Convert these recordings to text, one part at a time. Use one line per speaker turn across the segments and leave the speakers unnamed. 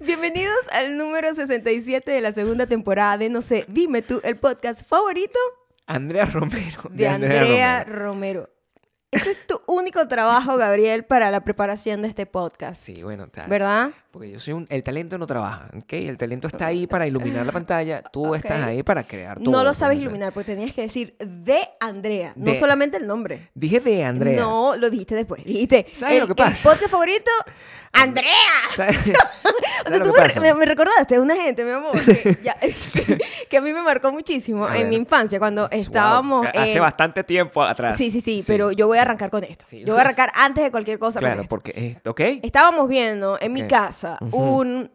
Bienvenidos al número 67 de la segunda temporada de No sé, dime tú, el podcast favorito
Andrea Romero.
de, Andrea, Romero. Ese es tu único trabajo, Gabriel, para la preparación de este podcast.
Sí, bueno, tal.
¿Verdad?
Porque yo soy un... El talento no trabaja, ¿ok? El talento está ahí para iluminar la pantalla. Tú
Ok.
estás ahí para crear todo.
No lo
pues,
sabes
o sea.
iluminar porque tenías que decir de Andrea, no
De-
solamente el nombre.
Dije de Andrea.
No, lo dijiste después. Dijiste,
¿Sabes
el,
lo que
el
pasa?
podcast favorito, Andrea.
¿Sabes?
O
¿Sabes
sea,
lo
tú
que
me,
pasa?
me- me recordaste de una gente, mi amor, que, ya- que a mí me marcó muchísimo
A
en
ver.
mi infancia, cuando
Suave.
estábamos...
Hace
en-
bastante tiempo atrás.
Sí, sí, sí, pero yo voy a arrancar con esto.
Sí.
Yo voy a arrancar antes de cualquier cosa. con
Claro,
esto.
porque... eh, ¿Ok?
Estábamos viendo en mi
Ok.
casa un,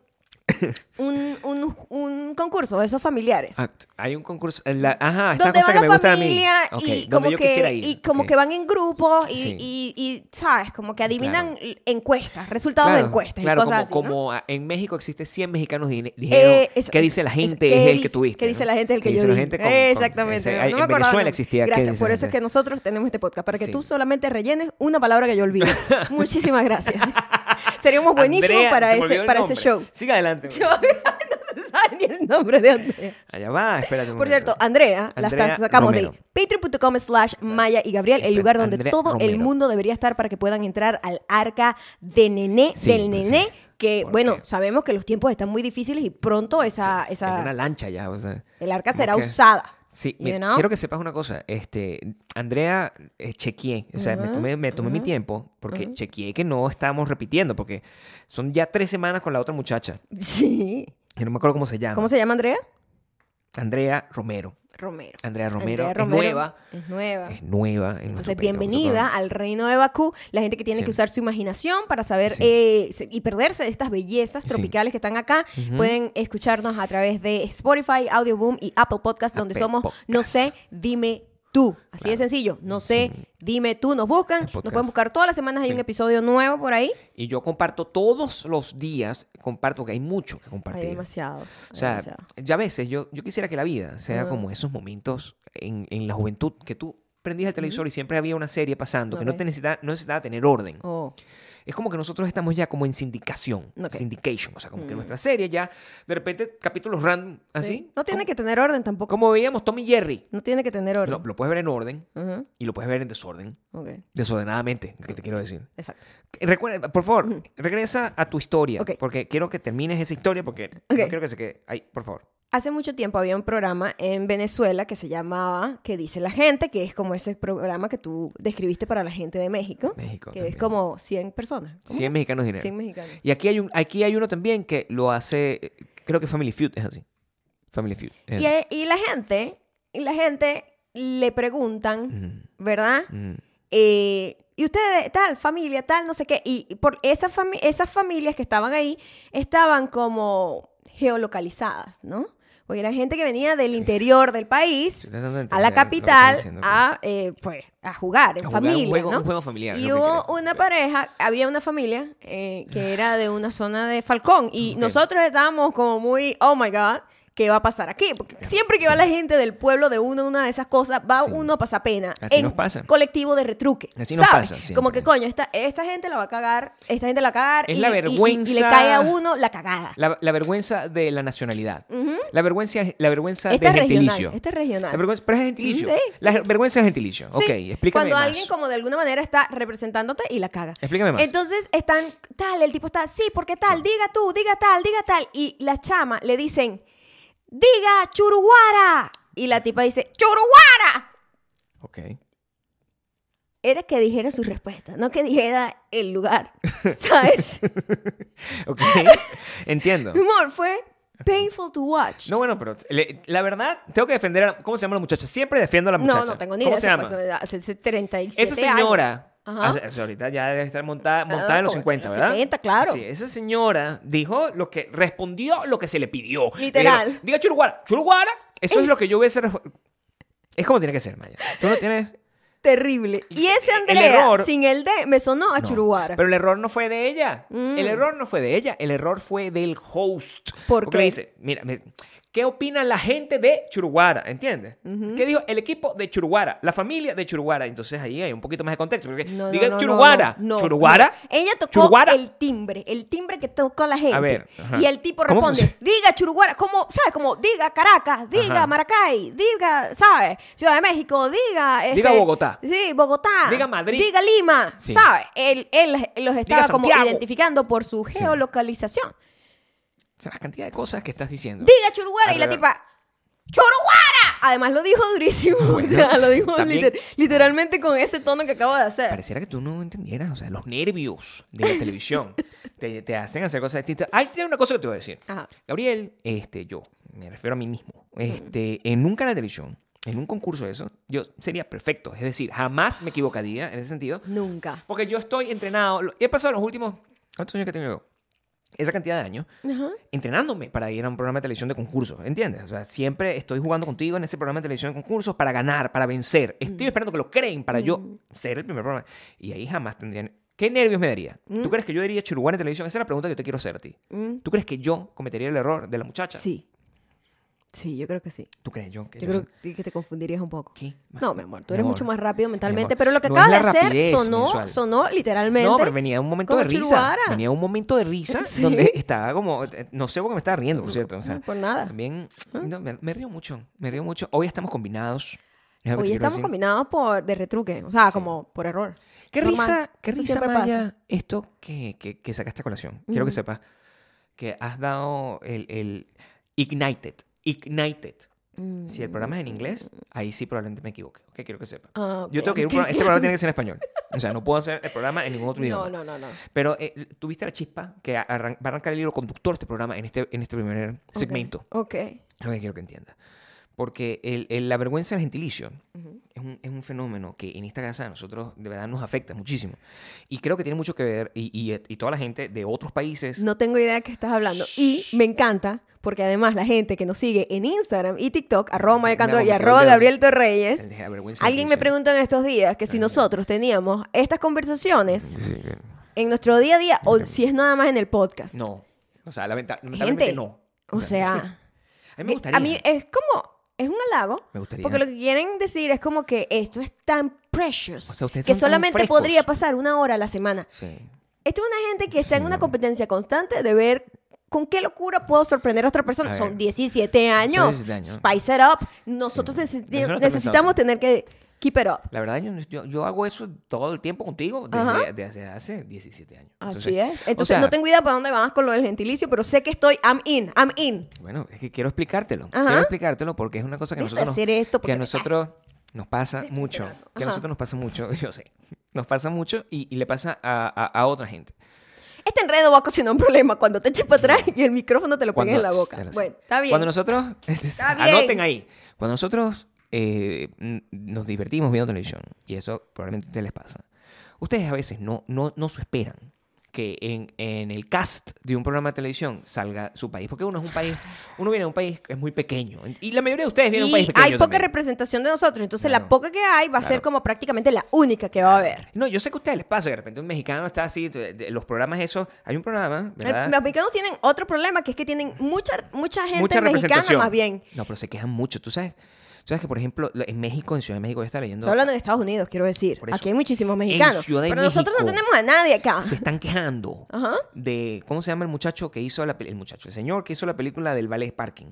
un, un, un concurso de esos familiares.
Ah, hay un concurso... en la- Ajá, esta
donde
cosa
va
que me
la
gusta a mí.
familia
Ok,
y
donde
como,
yo
que,
quisiera ir.
y como
Ok.
que van en grupos y,
Sí.
y, y, ¿sabes? Como que adivinan l- encuestas, resultados
Claro,
de encuestas
claro,
y cosas
como,
así, ¿no?
como a- en México existe 100 mexicanos di- dijeron
Eh, eso,
qué
eso,
dice la
eso,
gente
¿qué
es el que
dice-
tuviste.
¿Qué dice la gente del que
¿Qué
yo
dice la
dije?
gente con- con-
Exactamente.
ese-
no
hay-
me
en
acordaba el
Venezuela
nombre.
existía. ¿qué
Gracias,
dice
por
la
eso es
gente?
que nosotros tenemos este podcast, para que
Sí.
tú solamente rellenes una palabra que yo olvide. Muchísimas gracias. Seríamos buenísimos
Andrea,
para,
se me olvidó
ese,
el
para ese
nombre.
show.
Sigue adelante.
Yo- no se sabe ni el nombre de Andrea.
Allá va, espérate un
Por
momento.
cierto, Andrea, la
Andrea
está- sacamos
Romero.
de patreon.com slash Maya y Gabriel, el lugar donde
Andrea
todo el
Romero.
mundo debería estar para que puedan entrar al arca de nené,
Sí,
del
pues
nené,
sí.
que
¿Por
bueno,
qué?
sabemos que los tiempos están muy difíciles y pronto esa,
En
esa-
una lancha ya, o sea,
el arca
como
será
que-
usada.
Sí,
you
mira,
know?
quiero que sepas una cosa. Este, Andrea, eh, chequeé, o sea, me
Ujú,
tomé, me tomé mi tiempo porque chequeé que no estábamos repitiendo, porque son ya tres semanas con la otra muchacha.
Sí.
Yo no me acuerdo cómo se llama.
¿Cómo se llama Andrea?
Andrea Romero.
Romero.
Andrea Romero,
Andrea
es nueva.
Es nueva.
Es nueva. en nuestro
Entonces,
Patreon,
bienvenida al reino de Bakú. La gente que tiene
Sí.
que usar su imaginación para saber
Sí.
eh, se- y perderse de estas bellezas
Sí.
tropicales que están acá. Pueden escucharnos a través de Spotify, Audioboom y Apple Podcast, donde
Apple
somos
Podcast.
No sé, dime tú. Así de sencillo. No sé, dime tú. Nos buscan. Nos
podcast.
pueden buscar todas las semanas. Hay un episodio nuevo por ahí.
Y yo comparto todos los días, comparto que hay mucho que compartir.
Hay demasiados. hay
o sea,
demasiados.
ya a veces yo, yo quisiera que la vida sea como esos momentos en, en la juventud que tú prendías el televisor y siempre había una serie pasando que no
Ok.
te necesitaba, no necesitaba tener orden.
Oh,
Es como que nosotros estamos ya como en sindicación,
Ok. Mm.
syndication, o sea, como que nuestra serie ya de repente capítulos random así.
sí. No tiene que tener orden tampoco.
Como veíamos Tommy Jerry.
No tiene que tener
Lo,
orden.
lo puedes ver en orden
Ujú,
y lo puedes ver en desorden,
ok,
desordenadamente, que te quiero decir.
Exacto.
Recuerda, por favor, regresa a tu historia.
Ok.
Porque quiero que termines esa historia porque
Ok.
no quiero que se quede ahí, por favor.
Hace mucho tiempo había un programa en Venezuela que se llamaba ¿Qué dice la gente? que es como ese programa que tú describiste para la gente de México,
México
que es
también.
como 100 personas. ¿Cómo?
100 mexicanos dinero.
100 mexicanos.
Y aquí hay, un, aquí hay uno también que lo hace, eh, creo que Family Feud es así. Family Feud. es
Y, y la gente, y la gente le preguntan,
así.
¿verdad?
Ujú, Mm. ujú.
Eh, y ustedes, tal, familia, tal, no sé qué. Y y por esas, fami- esas familias que estaban ahí estaban como geolocalizadas, ¿no? Porque era gente que venía del interior del país
Estoy tratando de
a la
entender lo que estás
capital
diciendo, pero-
a, eh, pues, a jugar en
A jugar un
familia.
juego-
¿no?
un juego familiar,
Y
lo que
hubo
querés.
una pareja, había una familia eh, que era de una zona de Falcón y
Ok.
nosotros estábamos como muy, oh my god. ¿Qué va a pasar aquí? Porque siempre que va la gente del pueblo de uno a una de esas cosas, va
Sí.
uno a pasar pena.
Así
en
nos pasa.
colectivo de retruque.
Así nos
¿sabes?
pasa siempre.
Como que, coño, esta, esta gente la va a cagar, esta gente la va a cagar.
Es
y, y-
la
y- Y, le
vergüenza.
cae a uno la cagada.
La, la vergüenza de la nacionalidad. La vergüenza, la vergüenza
Esta
de
es regional,
gentilicio.
esta es regional.
La vergüenza, pero es gentilicio.
Sí.
La vergüenza de gentilicio.
Sí,
Ok, explícame
Cuando
más.
alguien como de alguna manera está representándote y la caga.
Explícame más.
Entonces están, tal, el tipo está, sí, porque tal, diga tú, diga tal, diga tal. Y la chama le dicen, diga churuguara. Y la tipa dice, churuguara.
Ok.
Era que dijera su respuesta, no que dijera el lugar, ¿sabes?
Ok. Entiendo.
Mi amor, fue painful to watch.
No, bueno, pero le- la verdad, tengo que defender a... ¿Cómo se llama la muchacha? Siempre defiendo a la
No,
muchacha.
no tengo ni
¿Cómo
idea.
se
eso
llama?
fue hace- hace 37
Esa señora...
años. Ajá.
o sea, o sea, ahorita ya debe estar montada, montada en los
como en
50,
los
¿verdad?
70, claro.
Sí, esa señora dijo lo que... Respondió lo que se le pidió.
Literal.
Le dijo, Diga churuguara. Churuguara. Eso es lo que yo hubiese... resp- Es como tiene que ser, Maya. Tú no tienes...
Terrible. Y ese
El
Andrea,
error-
sin el D, me sonó a
No,
churuguara.
Pero el error no fue de ella.
Mm.
El error no fue de ella. El error fue del host.
¿Por
Porque
qué?
le dice, mira, me- ¿Qué opina la gente de Churuguara? ¿Entiendes?
Ujú.
¿Qué dijo el equipo de Churuguara? La familia de Churuguara. Entonces ahí hay un poquito más de contexto. Porque
No, no,
diga
no, no,
Churuguara.
no, no,
Churuguara.
no. Ella tocó
Churuguara.
el timbre, el timbre que tocó la gente.
A ver, ajá.
y el tipo
¿Cómo
responde,
funciona?
diga Churuguara, como, ¿sabes? Como, diga Caracas, diga
Ajá.
Maracay, diga, ¿sabes? Ciudad de México, diga... este,
Diga Bogotá.
Sí, Bogotá.
Diga Madrid.
Diga Lima,
Sí.
¿sabes? Él, él los estaba como
Santiago.
identificando por su geolocalización.
O sea, la cantidad de cosas que estás diciendo.
Diga Churuguara, y la
Alrededor.
tipa... ¡Churuguara! Además lo dijo durísimo, o sea, lo dijo
También.
liter- literalmente con ese tono que acabo de hacer.
Pareciera que tú no entendieras. O sea, los nervios de la televisión te, te hacen hacer cosas distintas. Hay hay una cosa que te voy a decir.
Ajá.
Gabriel, este, yo, me refiero a mí mismo, este, en un canal de televisión, en un concurso de eso, yo sería perfecto. Es decir, jamás me equivocaría en ese sentido,
Nunca.
porque yo estoy entrenado. lo- He pasado los últimos, ¿cuántos años que tengo yo? Esa cantidad de años,
Ajá.
entrenándome para ir a un programa de televisión de concursos, ¿entiendes? O sea, siempre estoy jugando contigo en ese programa de televisión de concursos para ganar, para vencer.
Mm.
Estoy esperando que lo creen para yo ser el primer programa. Y ahí jamás tendrían... ¿Qué nervios me daría? ¿Tú crees que yo diría chirugana en televisión? Esa es la pregunta que yo te quiero hacer a ti.
Mm.
¿Tú crees que yo cometería el error de la muchacha?
Sí. Sí, yo creo que sí.
¿Tú crees, John? Que
Yo
yo
creo
soy-
que que te confundirías un poco.
¿Qué?
No, mi amor, tú eres
Mi amor,
mucho más rápido mentalmente,
amor,
pero lo que
no
acabas de
es la
hacer
rapidez
sonó,
mensual.
sonó literalmente.
No, pero venía un momento
como
de risa.
Churuara.
Venía un momento de risa
Sí.
donde estaba como. eh, No sé por qué me estaba riendo, por cierto. O sea,
No, por nada.
También.
Ah.
no, me, me río mucho. Me río mucho. Hoy estamos combinados. es algo que
Hoy
te quiero
estamos
decir.
combinados por de retruque, o sea, como por error.
Qué
Normal,
risa, qué
eso
risa,
siempre
Maya,
pasa.
esto que, que, que sacaste a colación. Quiero que sepas que has dado el, el Ignited. Ignited.
Mm.
Si el programa es en inglés, ahí sí probablemente me equivoque. Ok, quiero que sepas.
Ah, ok.
Yo tengo que ir a un programa- Este programa tiene que ser en español. O sea, no puedo hacer el programa en ningún otro idioma.
No, no, no, no.
Pero eh, tuviste la chispa que arran- va a arrancar el libro conductor de este programa en este, en este primer
Ok,
segmento.
Ok.
Es lo que quiero que entiendas. Porque el- el- la vergüenza del gentilicio es, un, es un fenómeno que en esta casa a nosotros de verdad nos afecta muchísimo. Y creo que tiene mucho que ver, y, y- y toda la gente de otros países,
No tengo idea de qué estás hablando. Y me encanta, porque además la gente que nos sigue en Instagram y TikTok, arroba Maya
Me hago
Candó y
mi
arroba
propio-
Gabriel Torreyes,
de la vergüenza del
Alguien me
gentilicio.
preguntó en estos días que si nosotros teníamos estas conversaciones
Sí, que-
en nuestro día a día o si es nada más en el podcast.
No. O sea, lamenta- lamentablemente
Gente,
no.
o sea,
a mí me
eh,
gustaría.
a mí es como es un halago.
Me gustaría.
Porque lo que quieren decir es como que esto es tan precious
O sea, ustedes
que
son tan
solamente
frescos.
podría pasar una hora a la semana.
Sí.
Esto es una gente que está en
Sí,
una
no.
competencia constante de ver con qué locura puedo sorprender a otra persona.
A ver.
Son 17 años.
17 años.
Spice it up. Nosotros nece-
Nosotros
necesitamos
también somos-
tener que keep it up.
La verdad, yo, yo, yo hago eso todo el tiempo contigo
Ajá.
desde, desde hace 17 años.
Así
Entonces,
es.
o
Entonces
sea,
no tengo idea para dónde vas con lo del gentilicio, pero sé que estoy, I'm in, I'm in.
Bueno, es que quiero explicártelo.
Ajá.
Quiero explicártelo porque es una cosa que
Deja de
nosotros nos,
hacer esto
que
porque
a
me
nosotros nos pasa mucho. Que
Ajá.
a nosotros nos pasa mucho, yo sé. Nos pasa mucho y, y le pasa a, a- a otra gente.
Este enredo va a cocinar un problema cuando te eches para atrás y el micrófono te lo
Cuando-
pegues en la
ya
boca.
lo sé.
Bueno, está bien.
Cuando nosotros, este,
Está bien.
anoten ahí. Cuando nosotros eh, n- nos divertimos viendo televisión, y eso probablemente a ustedes les pasa, ustedes a veces no, no, no se esperan que en, en el cast de un programa de televisión salga su país. Porque uno es un país, uno viene de un país que es muy pequeño. Y la mayoría de ustedes vienen de un país
y
pequeño.
hay poca
también.
representación de nosotros, entonces la
Claro.
poca que hay va a ser
Claro.
como prácticamente la única que va a haber.
No, yo sé que a ustedes les pasa que de repente un mexicano está así, de- de- los programas esos, hay un programa,
Eh,
¿verdad?
Los mexicanos tienen otro problema, que es que tienen mucha, mucha gente
Mucha
mexicana
representación.
más bien.
No, pero se quejan mucho, tú sabes. Tú sabes que, por ejemplo, lo- en México, en Ciudad de México, yo estaba leyendo,
Estoy hablando de Estados Unidos, quiero decir.
Por eso,
Aquí hay muchísimos mexicanos.
Ciudad de
pero nosotros no
México.
tenemos a nadie acá.
se están quejando
Ajá.
de, ¿cómo se llama el muchacho que hizo la, pel- el muchacho, el señor que hizo la película del ballet parking?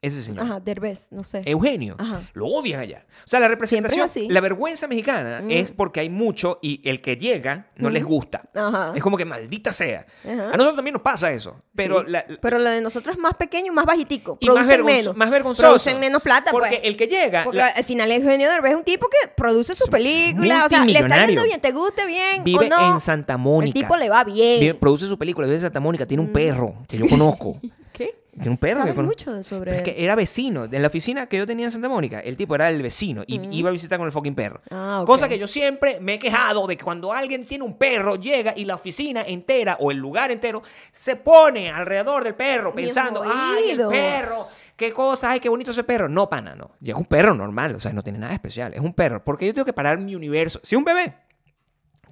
Ese señor.
Ajá, Derbez, no sé.
Eugenio,
Ajá.
lo odian allá. O sea, la representación,
así. Mm.
la vergüenza mexicana es porque hay mucho y el que llega no les gusta.
Ajá.
Es como que maldita sea.
Ajá.
A nosotros también nos pasa eso, pero
Sí.
la-
pero lo de nosotros es más pequeño, más bajitico.
y más,
Producen
vergonzo-
menos.
más vergonzoso.
Producen menos plata,
Porque
pues.
el que llega.
Porque
la-
al final Eugenio Derbez es un tipo que produce su película. O sea, le está yendo
multimillonario.
bien, te guste bien
vive
o no.
en Santa Mónica.
El tipo le va bien. Mm.
Vive- produce su película, vive en Santa Mónica, tiene un perro que yo conozco.
¿Qué?
Tiene un perro que
¿Sabes
yo conozco.
mucho de- sobre
Pero es que era vecino. En la oficina que yo tenía en Santa Mónica, el tipo era el vecino y iba a visitar con el fucking perro.
Mm. Ah, ok.
Cosa que yo siempre me he quejado de que cuando alguien tiene un perro, llega y la oficina entera o el lugar entero se pone alrededor del perro
Mis
pensando, ¡ay, el
oídos".
perro! ¿Qué cosa? ¡Ay, qué bonito ese perro! No, pana, no. Ya es un perro normal, o sea, no tiene nada especial. Es un perro. Porque yo tengo que parar mi universo. Si es un bebé,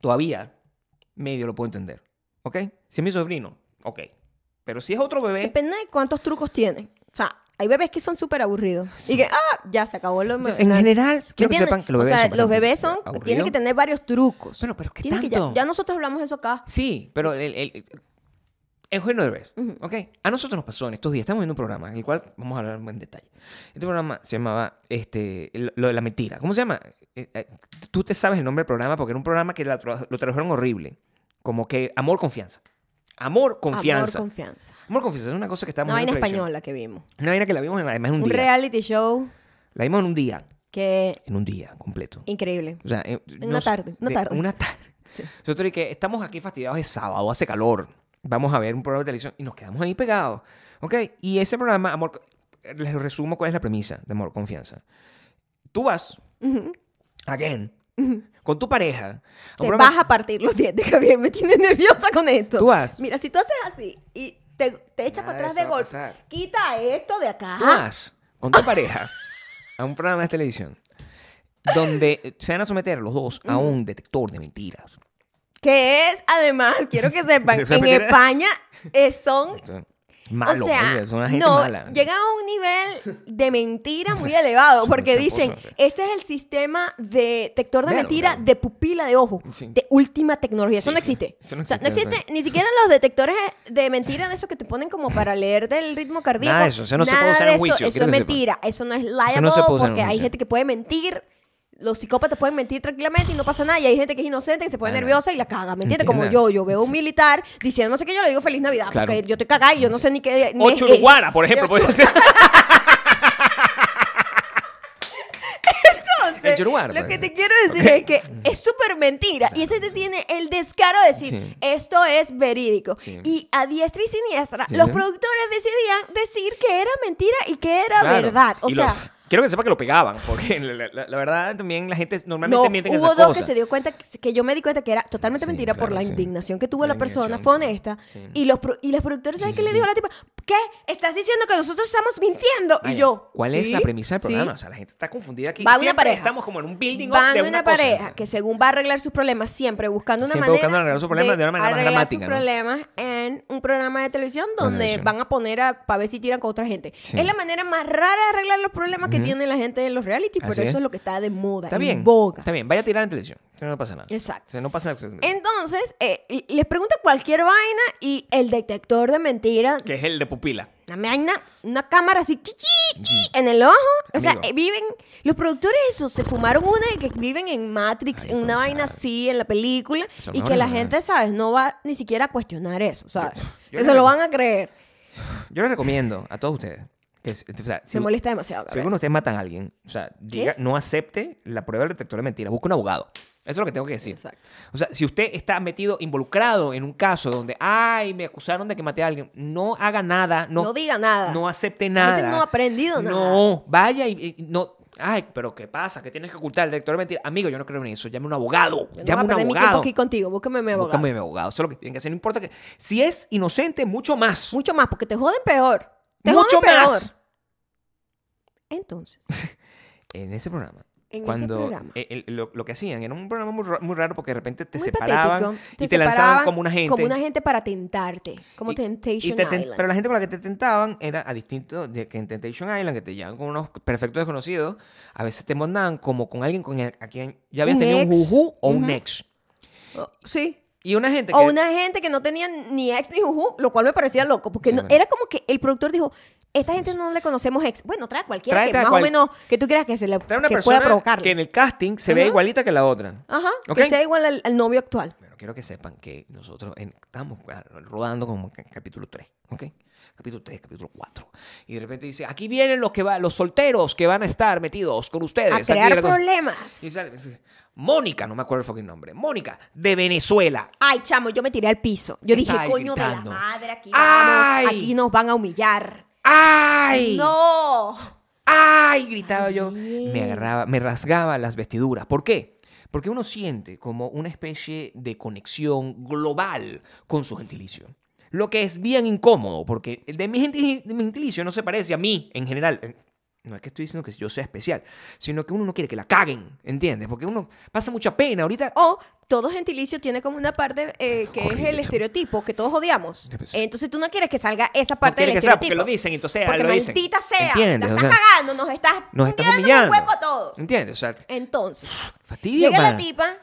todavía medio lo puedo entender. ¿Ok? Si es mi sobrino, ok. Pero si es otro bebé,
Depende de cuántos trucos tiene. O sea, Hay bebés que son súper aburridos. Y que, ah, ya se acabó lo
Entonces,
emocionante.
en general, quiero que
¿Me entiendes?
sepan que los bebés
O sea,
son
los bebés son,
bastante
tienen que
aburridos.
tener varios trucos.
Bueno, pero ¿qué
Tienen que ya-
tanto?
ya, nosotros hablamos eso acá.
Sí, pero el, el, el, el juego de Derbez, ¿ok? A nosotros nos pasó en estos días, estamos viendo un programa, en el cual vamos a hablar en detalle. Este programa se llamaba este, el- Lo de la Mentira. ¿Cómo se llama? Eh, eh, Tú te sabes el nombre del programa porque era un programa que la tra- lo tradujeron horrible. Como que amor, confianza. Amor, confianza.
Amor,
Amor,
confianza.
confianza es una cosa que estamos
Una vaina
viendo en televisión.
española que vimos.
Una vaina que la vimos en, además en un,
Un,
día.
reality show
La vimos en un día.
que...
En un día completo.
Increíble.
O sea, en
una tarde, una tarde.
Una tarde.
Sí.
Nosotros y que estamos aquí fastidiados, es sábado, hace calor. Vamos a ver un programa de televisión y nos quedamos ahí pegados. ¿Ok? Y ese programa, amor, les resumo cuál es la premisa de amor, confianza. Tú vas, again, con tu pareja, a un
Te
programa-
vas a partir los dientes, Javier. Me tienes nerviosa con esto.
Tú vas.
Mira, si tú haces así y te, te echas para
Nada
atrás
de
de
eso va a
golpe,
pasar.
quita esto de acá.
tú vas con tu pareja a un programa de televisión donde se van a someter los dos a un detector de mentiras.
Que es, además, quiero que sepan,
O sea,
en
porque-
España eh, son...
Malo,
o sea,
oye, son una gente
no,
mala.
llega a un nivel de mentira muy elevado,
son
porque
muchas
dicen,
cosas, sí.
este es el sistema detector de
Claro,
mentira
claro.
de pupila de ojo,
Sí.
de última tecnología. eso
Sí,
no
sí.
existe.
Eso no
O sea, no
existe,
existe ni siquiera los detectores de mentira de esos que te ponen como para leer del ritmo cardíaco.
de eso, eso no se puede
Nada
usar
de
en
eso,
juicio,
Eso
quiero
es
que sepan.
mentira, eso no es liable,
Eso no se puede usar en
porque hay
juicio.
gente que puede mentir. Los psicópatas pueden mentir tranquilamente y no pasa nada. Y hay gente que es inocente, que se pone
Claro.
nerviosa y la caga, ¿me entiendes? Como
Entienda.
yo, yo veo un militar diciendo no sé qué, yo le digo feliz Navidad,
Claro.
porque yo te cagá y yo no sé ni qué. ni
O
es-
Churuguara, por
es-
ejemplo.
Ocho-
puede ser.
Entonces,
el Churuguara,
lo
pues.
que te quiero decir
Ok.
es que es súper mentira. Y ese te tiene el descaro de decir,
Sí.
esto es verídico.
Sí.
Y a diestra y siniestra,
Sí.
los productores decidían decir que era mentira y que era
Claro.
verdad. O
Y
sea,
los- quiero que sepa que lo pegaban, porque la, la- la verdad también la gente normalmente
no,
miente en
hubo
esas
dos
cosas.
que se dio cuenta, que, que yo me di cuenta que era totalmente
Sí,
mentira por
claro,
la
sí.
indignación que tuvo
La
la, persona,
indignación,
fue
sí.
honesta.
Sí.
Y, los, pro- y los productores, ¿sabes
Sí,
qué
sí,
le dijo
sí.
a la tipa? ¿Qué? ¿Estás diciendo que nosotros estamos mintiendo?
Vaya,
y yo,
¿Cuál es la
"Sí,
premisa del
sí".
programa? O sea, la gente está confundida aquí.
Va una
Siempre
pareja.
Estamos como en un building up
Van
de
de
una,
una
cosa,
pareja
o sea.
que según va a arreglar sus problemas siempre buscando una
Siempre
manera
buscando arreglar sus problemas de una manera más
arreglar
dramática,
sus
¿no?
problemas en un programa de televisión donde
televisión.
van a poner a para ver si tiran con otra gente
Sí.
es la manera más rara de arreglar los problemas que tiene la gente en los realities pero
Así
eso
es.
es lo que está de moda
Está
en
bien.
boga
Está bien. Vaya a tirar en televisión. Eso No pasa nada.
Exacto.
O sea, no pasa absolutamente nada.
entonces eh, y- les pregunta cualquier vaina y el detector de mentiras
Que es el de pupila.
una vaina, una cámara así chi, chi, chi, en el ojo. O sea,
Amigo.
eh, viven. Los productores, eso, se fumaron una de que viven en Matrix,
Ay,
en una
o sea,
vaina así, en la película.
eso
Y
no
que
es
la
verdad.
gente, ¿sabes? No va ni siquiera a cuestionar eso, ¿sabes?
yo
que
creo
se lo
que-
van a creer.
Yo les recomiendo a todos ustedes que, s- o sea, si,
Se molesta demasiado.
si
Gabriel.
alguno de ustedes matan a alguien, o sea, diga, no acepte la prueba del detector de mentiras. Busque un abogado. Eso es lo que tengo que decir.
Exacto.
O sea, si usted está metido, involucrado en un caso donde, ay, me acusaron de que maté a alguien, no haga nada, no,
No diga nada.
no acepte
La
nada.
gente no ha aprendido
No, vaya y, y no. Ay, pero ¿qué pasa? ¿Qué tienes que ocultar? El director de mentira. Amigo, yo no creo en eso. Llame a un abogado.
Yo no
Llame
voy a
a un
perder mi tiempo
abogado.
aquí contigo. Búscame mi abogado.
Búscame a mi abogado. Eso es lo que tienen que hacer. No importa que. Si es inocente, mucho más.
Mucho más, porque te joden peor. Te
mucho
joden peor.
más.
Entonces,
En ese programa.
En ese
cuando
programa.
el- el- lo, lo que hacían era un programa muy, ra- muy raro porque de repente te
muy
separaban
patético.
y te lanzaban
separaban
como una gente.
Como una gente para tentarte. Como
Y- y
Temptation
te ten-
Island.
Pero la gente con la que te tentaban era a distinto de que en Temptation Island, que te llevan con unos perfectos desconocidos, a veces te mandaban como con alguien con el- a quien ya habías
Un
tenido
ex.
un juju o un ex.
Oh, sí.
Y una gente
O
que...
una gente que no tenía ni ex ni juju, lo cual me parecía loco, porque
Sí,
no-
bueno.
era como que el productor dijo, esta gente no le conocemos ex. Bueno, trae a cualquiera
Tráete
que
a
más
cual-
o menos que tú creas que se le
Trae una
que
persona
pueda provocarle.
que en el casting se ve
Ajá.
igualita que la otra.
Ajá,
¿Ok?
que sea igual al, al novio actual.
Bueno, quiero que sepan que nosotros en- estamos ah, rodando como en capítulo 3, ¿ok? Capítulo 3, capítulo 4. Y de repente dice, aquí vienen los que va, los solteros que van a estar metidos con ustedes.
A
aquí la
crear
cosa".
problemas.
Y sale- Mónica, no me acuerdo el fucking nombre. Mónica, de Venezuela.
Ay, chamo, yo me tiré al piso. Yo dije,
Estaba
coño
gritando.
de la madre, aquí vamos,
¡Ay!
aquí nos van a humillar.
¡Ay!
¡No!
¡Ay! Gritaba yo. Me agarraba, me rasgaba las vestiduras. ¿Por qué? Porque uno siente como una especie de conexión global con su gentilicio. Lo que es bien incómodo, porque el de mi, genti- de mi gentilicio no se parece a mí en general. Eh, No es que estoy diciendo que yo sea especial, sino que uno no quiere que la caguen, ¿entiendes? Porque uno pasa mucha pena. Ahorita oh,
O todo gentilicio tiene como una parte eh, que es el
Horrible.
estereotipo, que todos odiamos.
Sí, pues.
Entonces tú no quieres que salga esa
no
parte
quiere
del
que sea
estereotipo.
porque lo dicen, entonces ah,
Porque
lo dicen.
maldita sea,
¿Entiendes?
nos
O sea,
estás cagando, nos estás
nos estás
en
humillando.
el hueco a todos.
¿Entiendes? O sea,
Entonces,
fastidio,
llega la
pana.
tipa,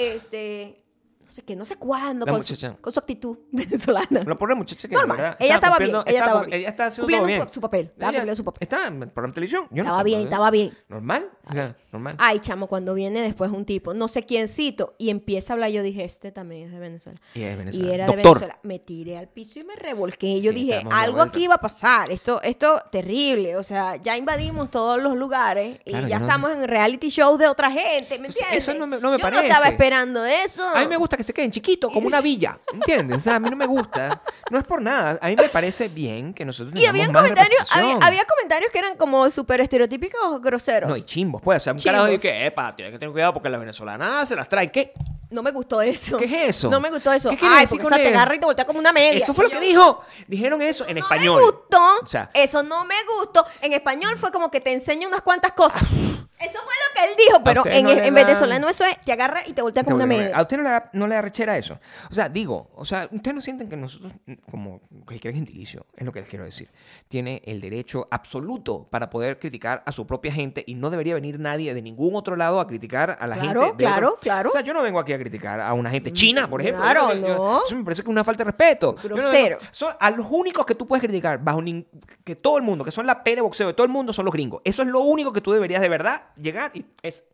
este, no sé qué, no sé cuándo,
La
con su,
muchacha.
con su actitud venezolana.
La pobre muchacha que
Normal,
en verdad,
ella estaba bien,
cumpliendo-
ella estaba
cum-
bien.
ella estaba haciendo
Cumpliendo
todo bien.
su papel, estaba
Ella
cumpliendo su papel.
Estaba en el programa de televisión. Yo no
Estaba bien,
entiendo.
estaba bien. Ah.
Normal, o sea, normal.
Ay, chamo, cuando viene después un tipo, no sé quién cito, y empieza a hablar, yo dije, este también es de Venezuela.
Y es venezolano.
Y era de
Doctor.
Venezuela. Me tiré al piso y me revolqué. Yo
Sí,
dije,
estábamos de
algo
vuelta.
aquí iba a pasar. Esto, esto terrible. O sea, ya invadimos todos los lugares y
Claro,
ya
yo no-
estamos en reality shows de otra gente. ¿Me
Entonces,
entiendes?
eso no me- no me
yo
parece.
No estaba esperando eso.
A mí me gusta que se queden chiquitos, como una villa, ¿entiendes? O sea, a mí no me gusta. No es por nada. A mí me parece bien que nosotros
Y había
tengamos más
comentarios, había,
representación.
había comentarios que eran como súper estereotípicos groseros.
No,
No,
y chimbos, pues. O sea, un carajo de
Chimbos.
que, epa, tienes que tener cuidado porque las venezolanas se las traen. ¿Qué?
me gustó eso.
¿Qué es eso?
No me gustó eso.
¿Qué quiere
Ay,
decir
porque
con
esa te
eso?
agarra y te voltea como una media.
Eso fue lo
Y
que
yo,
dijo. Dijeron eso en
No
español.
me gustó.
O sea,
eso no me gustó. En español fue como que te enseña unas cuantas cosas. Eso fue lo que él dijo, pero
ustedes
en,
Ah.
e-
no le
en
dan-
venezolano eso es, te agarra y te voltea como una
Bueno, A
media.
usted no le, da, no le da rechera eso. O sea, digo, o sea, ustedes no sienten que nosotros, como cualquier gentilicio, es lo que les quiero decir, tiene el derecho absoluto para poder criticar a su propia gente y no debería venir nadie de ningún otro lado a criticar a la
Claro,
gente. de
claro,
otro-
claro. Mm,
O sea, yo no vengo aquí a criticar a una gente china, por ejemplo.
Claro,
Yo- yo-
no.
Eso me parece que es una falta de respeto. Yo no vengo-
Grosero.
son a los únicos que tú puedes criticar, bajo nin- que todo el mundo, que son la pena de boxeo de todo el mundo, son los gringos. Eso es lo único que tú deberías de verdad llegar y es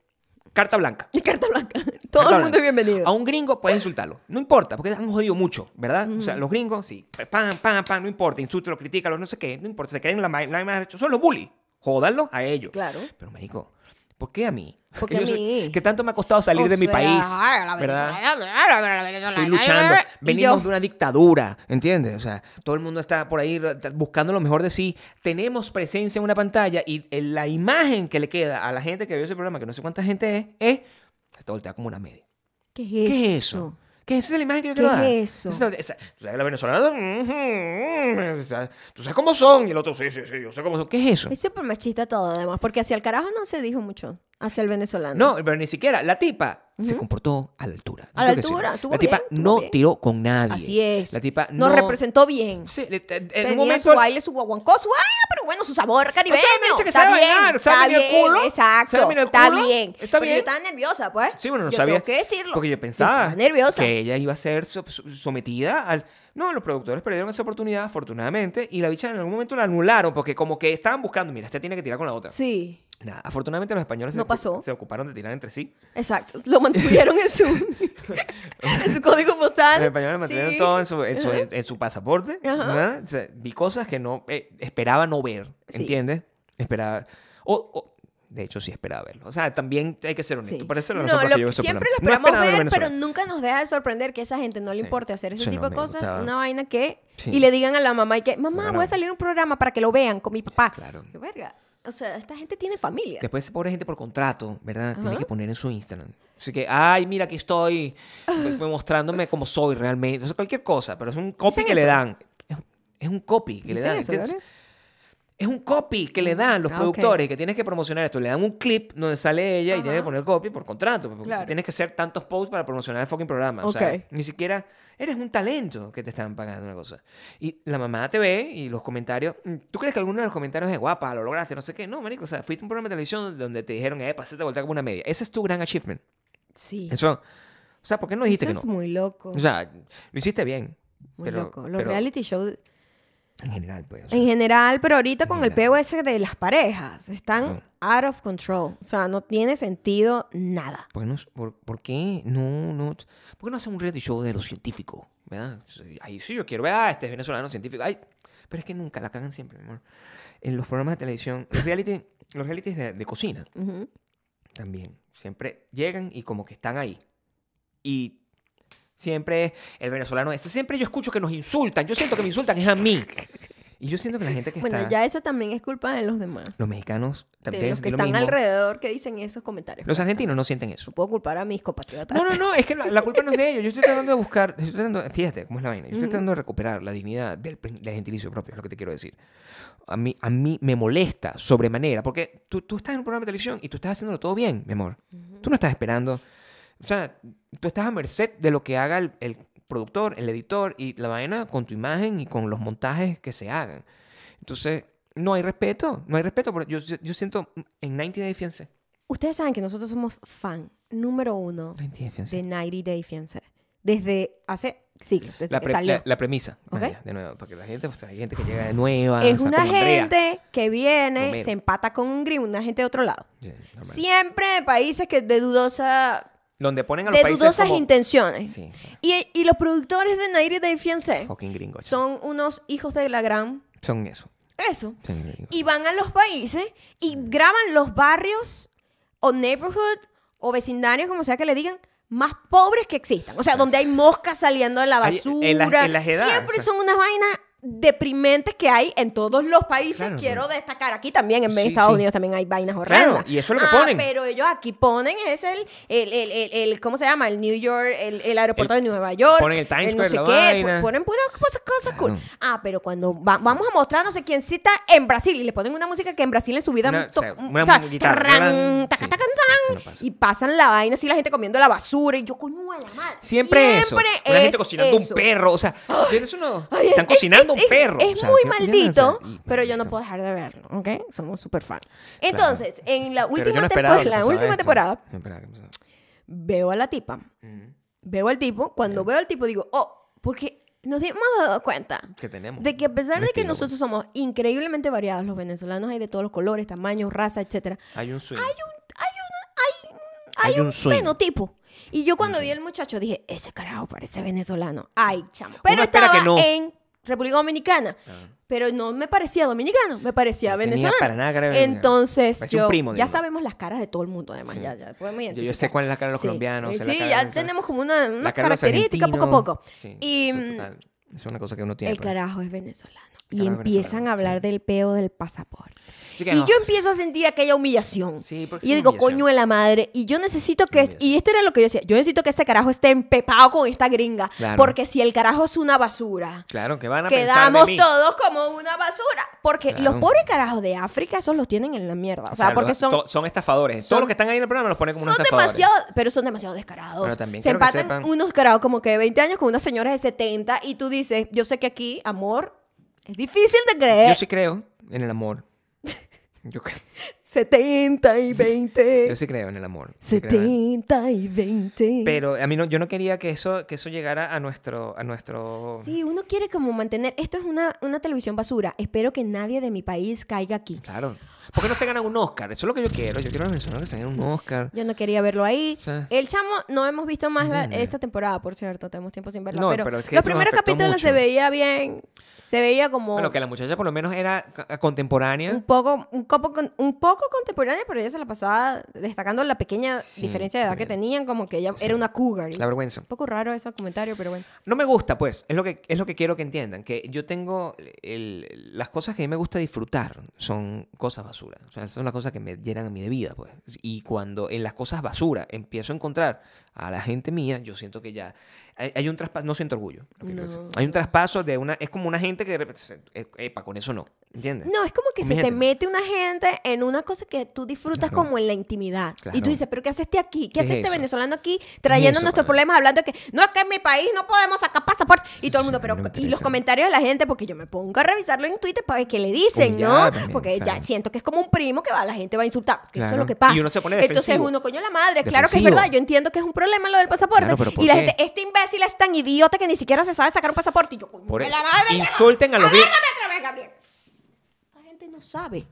carta blanca.
Y Carta blanca. Todo el
Perdóname.
mundo es bienvenido.
A un gringo puedes insultarlo. No importa, porque han jodido mucho, ¿verdad? O sea, los gringos, sí. Pam, pam, pam, no importa. Insúltalo, críticalo, no sé qué. No importa, se creen la, ma- la más Son los bullies. Jódanlos a ellos.
Claro.
Pero, marico, ¿por qué a mí?
Porque
Que yo
a mí.
que tanto me ha costado salir
O
de mi
sea,
país,
ay, la
¿verdad?
¿verdad?
Estoy luchando. Venimos
yo-
de una dictadura, ¿entiendes? O sea, todo el mundo está por ahí eh, buscando lo mejor de sí. Tenemos presencia en una pantalla y eh, la imagen que le queda a la gente que vio ese programa, que no sé cuánta gente es, es... Está volteada como una media.
¿Qué es
¿Qué es
eso?
eso? ¿Qué es esa es la imagen que yo
¿Qué
quiero dar?
es eso?
Esa- esa- tú sabes, los venezolanos, mm, mm, o sea, tú sabes cómo son. Y el otro, sí, sí, sí, yo sé cómo son. ¿Qué es eso?
Es súper machista todo, además, porque hacia el carajo no se dijo mucho, hacia el venezolano.
No, pero ni siquiera. La tipa se comportó a la altura. Yo
A la
creo que sí.
altura, estuvo
La tipa
bien, estuvo
no
bien.
tiró con nadie.
Así es.
La tipa no...
Nos representó bien.
Sí, le- te- en
Tenía
un momento...
su baile, su guaguancó, su ah, pero bueno, su sabor caribeño.
O sea, me ha dicho que
está
sabe
bien,
bailar, sabe
está
venir el
bien,
culo,
Exacto.
sabe venir el
está
culo,
bien.
está
pero
bien.
Yo estaba nerviosa, pues.
Sí, bueno, no
yo
sabía.
Tengo que decirlo.
Porque yo
Yo
pensaba
estaba nerviosa.
que ella iba a ser so- so- sometida al. No, los productores perdieron esa oportunidad, afortunadamente, y la bicha en algún momento la anularon porque, como que estaban buscando, mira, esta tiene que tirar con la otra.
Sí,
Nada, afortunadamente los españoles
No
se, ocu-
pasó.
se ocuparon de tirar entre sí.
exacto. Lo mantuvieron en su, en su código postal.
Los españoles mantuvieron
Ah, Sí.
todo en su, en su, en su pasaporte.
Ajá.
¿verdad? O sea, vi cosas que no eh, esperaba no ver,
Sí.
¿entiendes? Esperaba. O, o- de hecho, sí esperaba verlo. O sea, también hay que ser honesto.
Sí.
Por eso es la
no,
razón por la
lo
que
que
yo veo ese
siempre lo
programa.
esperamos
no esperaba
ver,
Venezuela.
pero nunca nos deja de sorprender que a esa gente no le
Sí.
importa hacer ese
Sí, no,
tipo de
me
cosas.
gustaba.
Una vaina que.
Sí.
Y le digan a la mamá y que, mamá,
Claro.
voy a salir en un programa para que lo vean con mi papá.
Claro.
Qué verga. O sea, esta gente tiene familia.
Después, pobre gente por contrato, ¿verdad? Tiene
Ajá.
que poner en su Instagram. Así que, ay, mira, aquí estoy pues, mostrándome como soy realmente. O sea, cualquier cosa, pero es un copy
Dicen
que le
eso.
dan. Es, es un copy que le
¿Dicen
dan.
eso,
¿entiendes?
Gabriel?
es un copy que le dan los
Ah, ok.
productores que tienes que promocionar esto. Le dan un clip donde sale ella y
Ajá.
tiene que poner copy por contrato. Porque tú
Claro.
tienes que hacer tantos posts para promocionar el fucking programa. O sea,
Ok.
ni siquiera eres un talento que te están pagando una cosa. Y la mamá te ve y los comentarios. mm, ¿Tú crees que alguno de los comentarios es guapa, lo lograste, no sé qué? No, marico. O sea, fuiste a un programa de televisión donde te dijeron, eh, pasate voltear como una media. Ese es tu gran achievement.
Sí.
Eso. O sea, ¿por qué no dijiste
Eso es
que no?
muy loco.
O sea, lo hiciste bien.
muy
pero,
loco. Los
pero
reality shows
En general, pues. o sea,
en general, pero ahorita con el
general.
peo ese de las parejas, están
Ujú.
out of control. O sea, no tiene sentido nada.
¿Por qué Pues no, por, por qué no, no, por qué no hacen un reality show de los científicos? ¿Verdad? Sí, Ahí sí yo quiero ver, ah, este es venezolano científico. Ay, pero es que nunca la cagan siempre, mi amor. En los programas de televisión, los reality, los realities de, de cocina
Ujú.
también, siempre llegan y como que están ahí. Y siempre el venezolano, ese siempre yo escucho que nos insultan, yo siento que me insultan, es a mí. Y yo siento que la gente que
Bueno,
está...
ya eso también es culpa de los demás.
Los mexicanos
De
también
los que
lo
están
mismo.
alrededor que dicen esos comentarios.
Los argentinos no sienten eso.
No puedo culpar a mis compatriotas.
No, no, no, es que la, la culpa no es de ellos. Yo estoy tratando de buscar, yo estoy tratando, fíjate cómo es la vaina. Yo estoy tratando de recuperar la dignidad del, prin- del gentilicio propio, es lo que te quiero decir. A mí, a mí me molesta sobremanera, porque tú, tú estás en un programa de televisión y tú estás haciéndolo todo bien, mi amor. Tú no estás esperando. O sea, tú estás a merced de lo que haga el, el productor, el editor y la vaina con tu imagen y con los montajes que se hagan. Entonces, no hay respeto, no hay respeto. pero Yo, yo, yo siento en 90 Day Fiancé.
Ustedes saben que nosotros somos fan número uno
90 Day Fiancé.
de 90 Day Fiancé. Desde hace siglos, desde
La,
que
pre-
eh, salió.
la- la premisa.
¿Ok?
Vaya, de nuevo, porque la gente, o sea, hay gente que llega de nueva.
es
o sea,
una
como Andrea.
gente que viene,
Romero.
se empata con un gringo, una gente de otro lado.
Sí, normal.
Siempre de países que de dudosa
Donde ponen a los
de
países
dudosas
como-
intenciones.
Sí, sí,
Y, y los productores de Nairi Day Fiancé
fucking gringos. Son,
Eh, son unos hijos de la gran.
eso.
Eso.
son gringos.
Y van a los países y graban los barrios o neighborhood o vecindarios, como sea que le digan, más pobres que existan. O sea, donde hay moscas saliendo de la
Hay-
basura.
en las- en las edades,
Siempre
o sea.
son unas vainas deprimentes que hay en todos los países.
Claro,
Quiero destacar aquí también, en vez de
Sí,
Estados
sí.
Unidos también hay vainas horrendas.
y eso es lo que
Ah,
ponen.
Pero ellos aquí ponen es el, el, el, el- el- ¿cómo se llama? El New York, el, el aeropuerto
El-
de Nueva York.
ponen el Times
no
Square,
sé
la
qué,
vaina.
po- ponen puras cosas, cosas cool.
Claro.
Ah, pero cuando va- vamos a mostrar no sé quién cita en Brasil y le ponen una música que en Brasil en su vida
Una-
to-
o sea, una
o sea,
guitarra,
tarrán,
¿verdad?
taca,
Sí,
taca,
sí,
tarán,
eso no pasa.
y pasan la vaina así la gente comiendo la basura y yo coño a la madre.
Siempre, eso. Una gente
es
cocinando
eso.
un perro. O sea, tienes uno.
Ay,
están
es-
cocinando
es-
un
es-
perro.
Es,
o sea,
muy
yo- yo no sé.
maldito,
Y-
pero yo no
maldito.
puedo dejar de verlo, ¿ok? Somos súper fan. Entonces, en la
Pero yo
última,
no esperaba
temporada,
que
la
pasara
última
esto.
temporada,
No esperaba que pasara.
veo a la tipa,
Ujú.
veo al tipo, cuando veo al tipo digo, oh, porque nos hemos dado cuenta
Que tenemos.
de que a pesar
un
de que
estilo,
nosotros somos increíblemente variados, los venezolanos hay de todos los colores, tamaños, razas, etcétera,
güey. Hay un swing.
hay, un- hay
Hay
un,
un swing.
fenotipo. Y yo cuando vi al muchacho dije, ese carajo parece venezolano. Ay, chamo. Pero
espera
estaba
que no. Ah.
en República Dominicana. Pero no me parecía dominicano, me parecía
No tenía
venezolano.
para nada cara de venezolano.
Entonces,
Parecía un
yo,
primo,
ya
digamos.
sabemos las caras de todo el mundo, además. Ya, ya podemos
yo
identificar.
sé cuál es la cara de los colombianos,
Y
sé la
Sí,
cara de
ya
Venezuela.
tenemos como una, unas
cara de los
características poco a
argentinos.
poco.
Sí,
y mm,
to- total. Es una cosa que uno tiene.
el
pues.
carajo es venezolano.
El
Y
carajo es
empiezan
venezolano,
a hablar
sí.
del peo del pasaporte.
Yo que
Y
no.
yo empiezo a sentir aquella humillación.
Sí, porque
y yo
es
digo,
humillación.
coño de la madre. Y yo necesito que.
Humillación.
Y esto era lo que yo decía. Yo necesito que este carajo esté empepado con esta gringa.
Claro.
Porque si el carajo es una basura,
Claro, que van a pensar de
quedamos
mí.
todos como una basura. Porque
Claro.
los pobres carajos de África, esos los tienen en la mierda. O sea,
los-
porque son.
to- son estafadores.
son-
Todos los que están ahí en el programa los ponen como unos
Son
estafadores.
demasiado, pero son demasiado descarados.
Pero también
Se
quiero que
empatan
sepan-
unos carajos como que de 20 años con unas señoras de 70 y tú dices, yo sé que aquí, amor, es difícil de
Yo
creer.
sí creo en el amor. Yo, cre-
70 y 20.
yo sí creo en el amor. Sí creo en-
70 y 20.
Pero a mí no, yo no quería que eso, que eso llegara a nuestro, a nuestro.
Sí, uno quiere como mantener. Esto es una, una televisión basura. Espero que nadie de mi país caiga aquí.
Claro. ¿Por qué no se gana un Oscar? Eso es lo que yo quiero. Yo quiero a los venezolanos que se ganen un Oscar.
Yo no quería verlo ahí.
Sí.
El chamo, no hemos visto más la-
Entiende.
esta temporada, por cierto. Tenemos tiempo sin verla.
No,
pero,
pero es que
los
esto nos
primeros
afectó
capítulos se
mucho.
veía bien. Se veía como
Bueno, que la muchacha por lo menos era ca- contemporánea.
un, poco, un, poco, con- un poco contemporánea, pero ella se la pasaba destacando la pequeña
Sí,
diferencia de edad que
también.
tenían. Como que ella era una cougar.
La vergüenza.
Un poco raro ese comentario, pero bueno.
No me gusta, pues. Es lo que, es lo que quiero que entiendan. Que yo tengo. el- las cosas que a mí me gusta disfrutar son cosas basura. O sea, son las cosas que me llenan a mí de vida, pues. Y cuando en las cosas basura empiezo a encontrar a la gente mía, yo siento que ya. Hay, hay un traspaso. No siento orgullo. lo que quiero decir.
No.
Hay un traspaso de una. Es como una gente que. de repente se- eh, Epa, con eso no. ¿Entiendes?
No, es como que
Con
se
mi
te
gente.
mete una gente en una cosa que tú disfrutas
Claro.
como en la intimidad. Y tú
Claro.
dices, ¿pero qué haces este aquí? ¿Qué
¿Qué es
hace este
eso?
venezolano aquí trayendo
eso,
nuestros
pana?
problemas, hablando que no, es que en mi país no podemos sacar pasaporte? Y todo el mundo,
sí,
pero.
no me
y los
interesa.
comentarios de la gente, porque yo me pongo a revisarlo en Twitter para ver qué le dicen,
Humillada
¿no?
también,
porque ya
claro.
siento que es como un primo que va, la gente va a insultar. que Eso es
Claro.
lo que pasa.
Y uno se pone
Entonces
defensivo.
uno, coño, la madre, claro que es
Defensivo.
verdad. Yo entiendo que es un problema lo del pasaporte.
Claro, pero ¿por
y la
qué?
gente, este imbécil es tan idiota que ni siquiera se sabe sacar un pasaporte. Y yo, coño,
Por
la
eso.
madre. ya va.
Insulten a los gringos.
Agárrame otra vez, Gabriel. La gente no sabe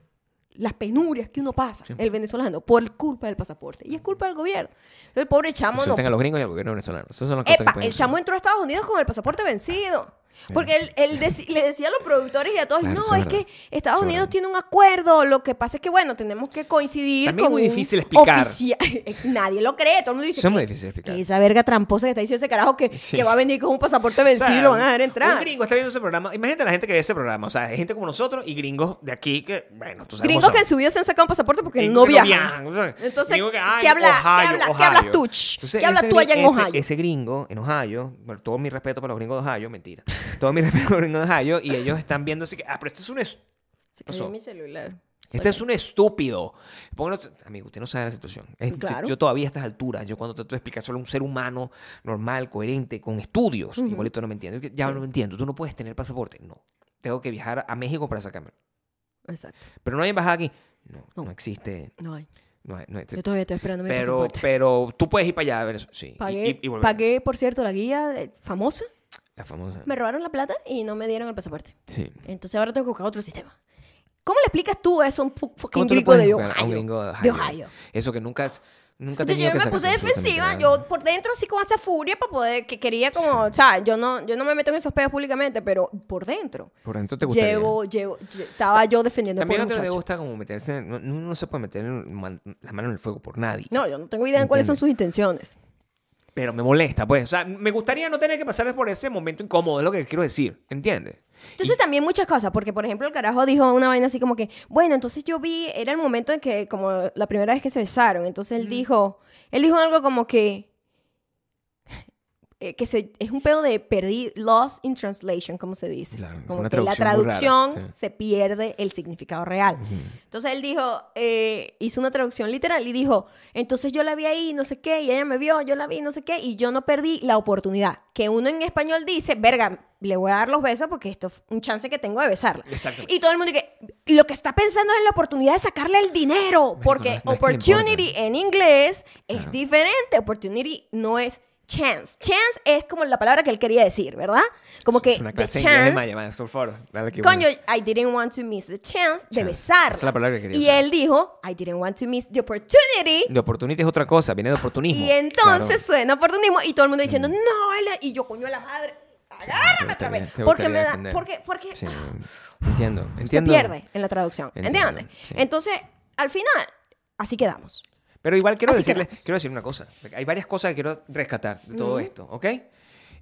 las penurias que uno pasa, el venezolano, por culpa del pasaporte. Y es culpa del gobierno. Entonces, El pobre chamo no.
Insulten a los gringos y al gobierno venezolano. Esas son las cosas que
Epa,
pueden
el
insultar.
chamo entró a Estados Unidos con el pasaporte vencido. Porque él, él deci- le decía a los productores y a todos,
Claro,
no,
eso es
es que
verdad.
Estados
Eso es
Unidos
verdad.
tiene un acuerdo, lo que pasa es que, bueno, tenemos que coincidir
También es
con
muy
un
difícil explicar.
ofici- Nadie lo cree, todo el mundo dice,
Eso es muy
"¿Qué-
difícil de explicar.
qué esa verga tramposa que está diciendo ese carajo que,
Sí.
que va a venir con un pasaporte vencido y
sea,
lo van a dejar
Un
entrar.
gringo está viendo ese programa. Imagínate la gente que ve ese programa. O sea, gente como nosotros y gringos de aquí que, bueno, tú sabes. cómo
Gringos que en
son.
su vida se han sacado un pasaporte porque
Gringos
no
que no
viajan.
o sea,
Entonces,
gringo que, ay,
¿qué habla- qué
Ohio,
habla- qué
Ohio.
hablas tú, ch?
Entonces,
¿Qué hablas
ese
tú allá en
gringo- ese-
Ohio?
Ese gringo en Ohio, bueno, todo mi respeto para los gringos de Ohio, mentira. Todo mi respeto para los gringos de Ohio y ellos están viendo así que, ah, pero este es un, es-
Se
pasó?
cayó mi celular.
este es un estúpido. Pónganos- amigo, usted no sabe la situación. Es-
Claro.
yo, yo todavía a estas alturas, yo cuando trato de explicar solo a un ser humano normal, coherente, con estudios, igualito no me entiendo. Yo que- Ya no entiendo, tú no puedes tener pasaporte. No, tengo que viajar a México para sacármelo.
Exacto.
Pero no hay embajada aquí. No, no,
No.
existe.
No hay.
No hay- no hay-
Yo todavía estoy esperando mi
pero,
pasaporte.
pero tú puedes ir para allá a ver eso. Sí. y-
Pagué,
y- y volver.
pagué, por cierto, la guía eh, famosa.
La famosa.
Me robaron la plata y no me dieron el pasaporte.
Sí.
Entonces ahora tengo que buscar otro sistema. ¿Cómo le explicas tú eso a un fu-
¿Cómo
fucking
tú le
gringo
puedes
de
jugar a
Ohio?
un gringo
De Ohio.
Eso que nunca, has- nunca ha
Entonces
tenido
yo
que
me puse
sacarse absolutamente
defensiva,
nada.
yo por dentro así con esa furia para poder, que quería como, o sea, yo no, yo no me meto en esos pedos públicamente, pero por dentro.
Por dentro te gustaría.
Llevo, llevo, lle- estaba yo defendiendo
También
por
no
un
te
muchacho.
gusta como meterse, en- no, no- no se puede meter en man- la mano en el fuego por nadie.
No, yo no tengo idea de cuáles son
Entiendo.
sus intenciones.
Pero me molesta, pues. O sea, me gustaría no tener que pasar por ese momento incómodo, es lo que quiero decir. ¿Entiendes?
Entonces también muchas cosas, porque por ejemplo el carajo dijo una vaina así como que, bueno, entonces yo vi, era el momento en que, como la primera vez que se besaron, entonces él dijo, él dijo algo como que, eh, que se, es un pedo de perdí, lost in translation, como se dice.
Claro, es
como
una
que en la
traducción muy rara,
traducción
sí.
se pierde el significado real. Entonces él dijo, eh, hizo una traducción literal y dijo, entonces yo la vi ahí, no sé qué, y ella me vio, yo la vi, no sé qué, y yo no perdí la oportunidad. Que uno en español dice, verga, le voy a dar los besos porque esto es un chance que tengo de besarla.
Exactamente.
Y todo el mundo que lo que está pensando es en la oportunidad de sacarle el dinero,
Marico,
porque
no es- no es que le
opportunity
importa.
en inglés es diferente, opportunity no es chance. Chance es como la palabra que él quería decir, ¿verdad? Como que
es una
the
clase de inglés de
chance
Maya, Maya, por favor. Dale que
Coño, I didn't want to miss the chance de
Chance.
besar.
Esa es la palabra que quería
Y
usar.
él dijo, I didn't want to miss the opportunity.
De oportunidad es otra cosa, viene de oportunismo.
Y entonces
Claro.
suena oportunismo y todo el mundo diciendo, no, él-". y yo, coño, a la madre,
Te
agárrame
gustaría-
otra vez. Porque
te gustaría
me da,
defender.
porque, porque
Sí, entiendo,
se
entiendo.
pierde en la traducción,
Entiendo,
¿entiendes?
sí.
Entonces, al final, así quedamos.
Pero igual quiero
Así
decirle,
quedamos.
quiero decir una cosa. Hay varias cosas que quiero rescatar de todo esto, ¿ok?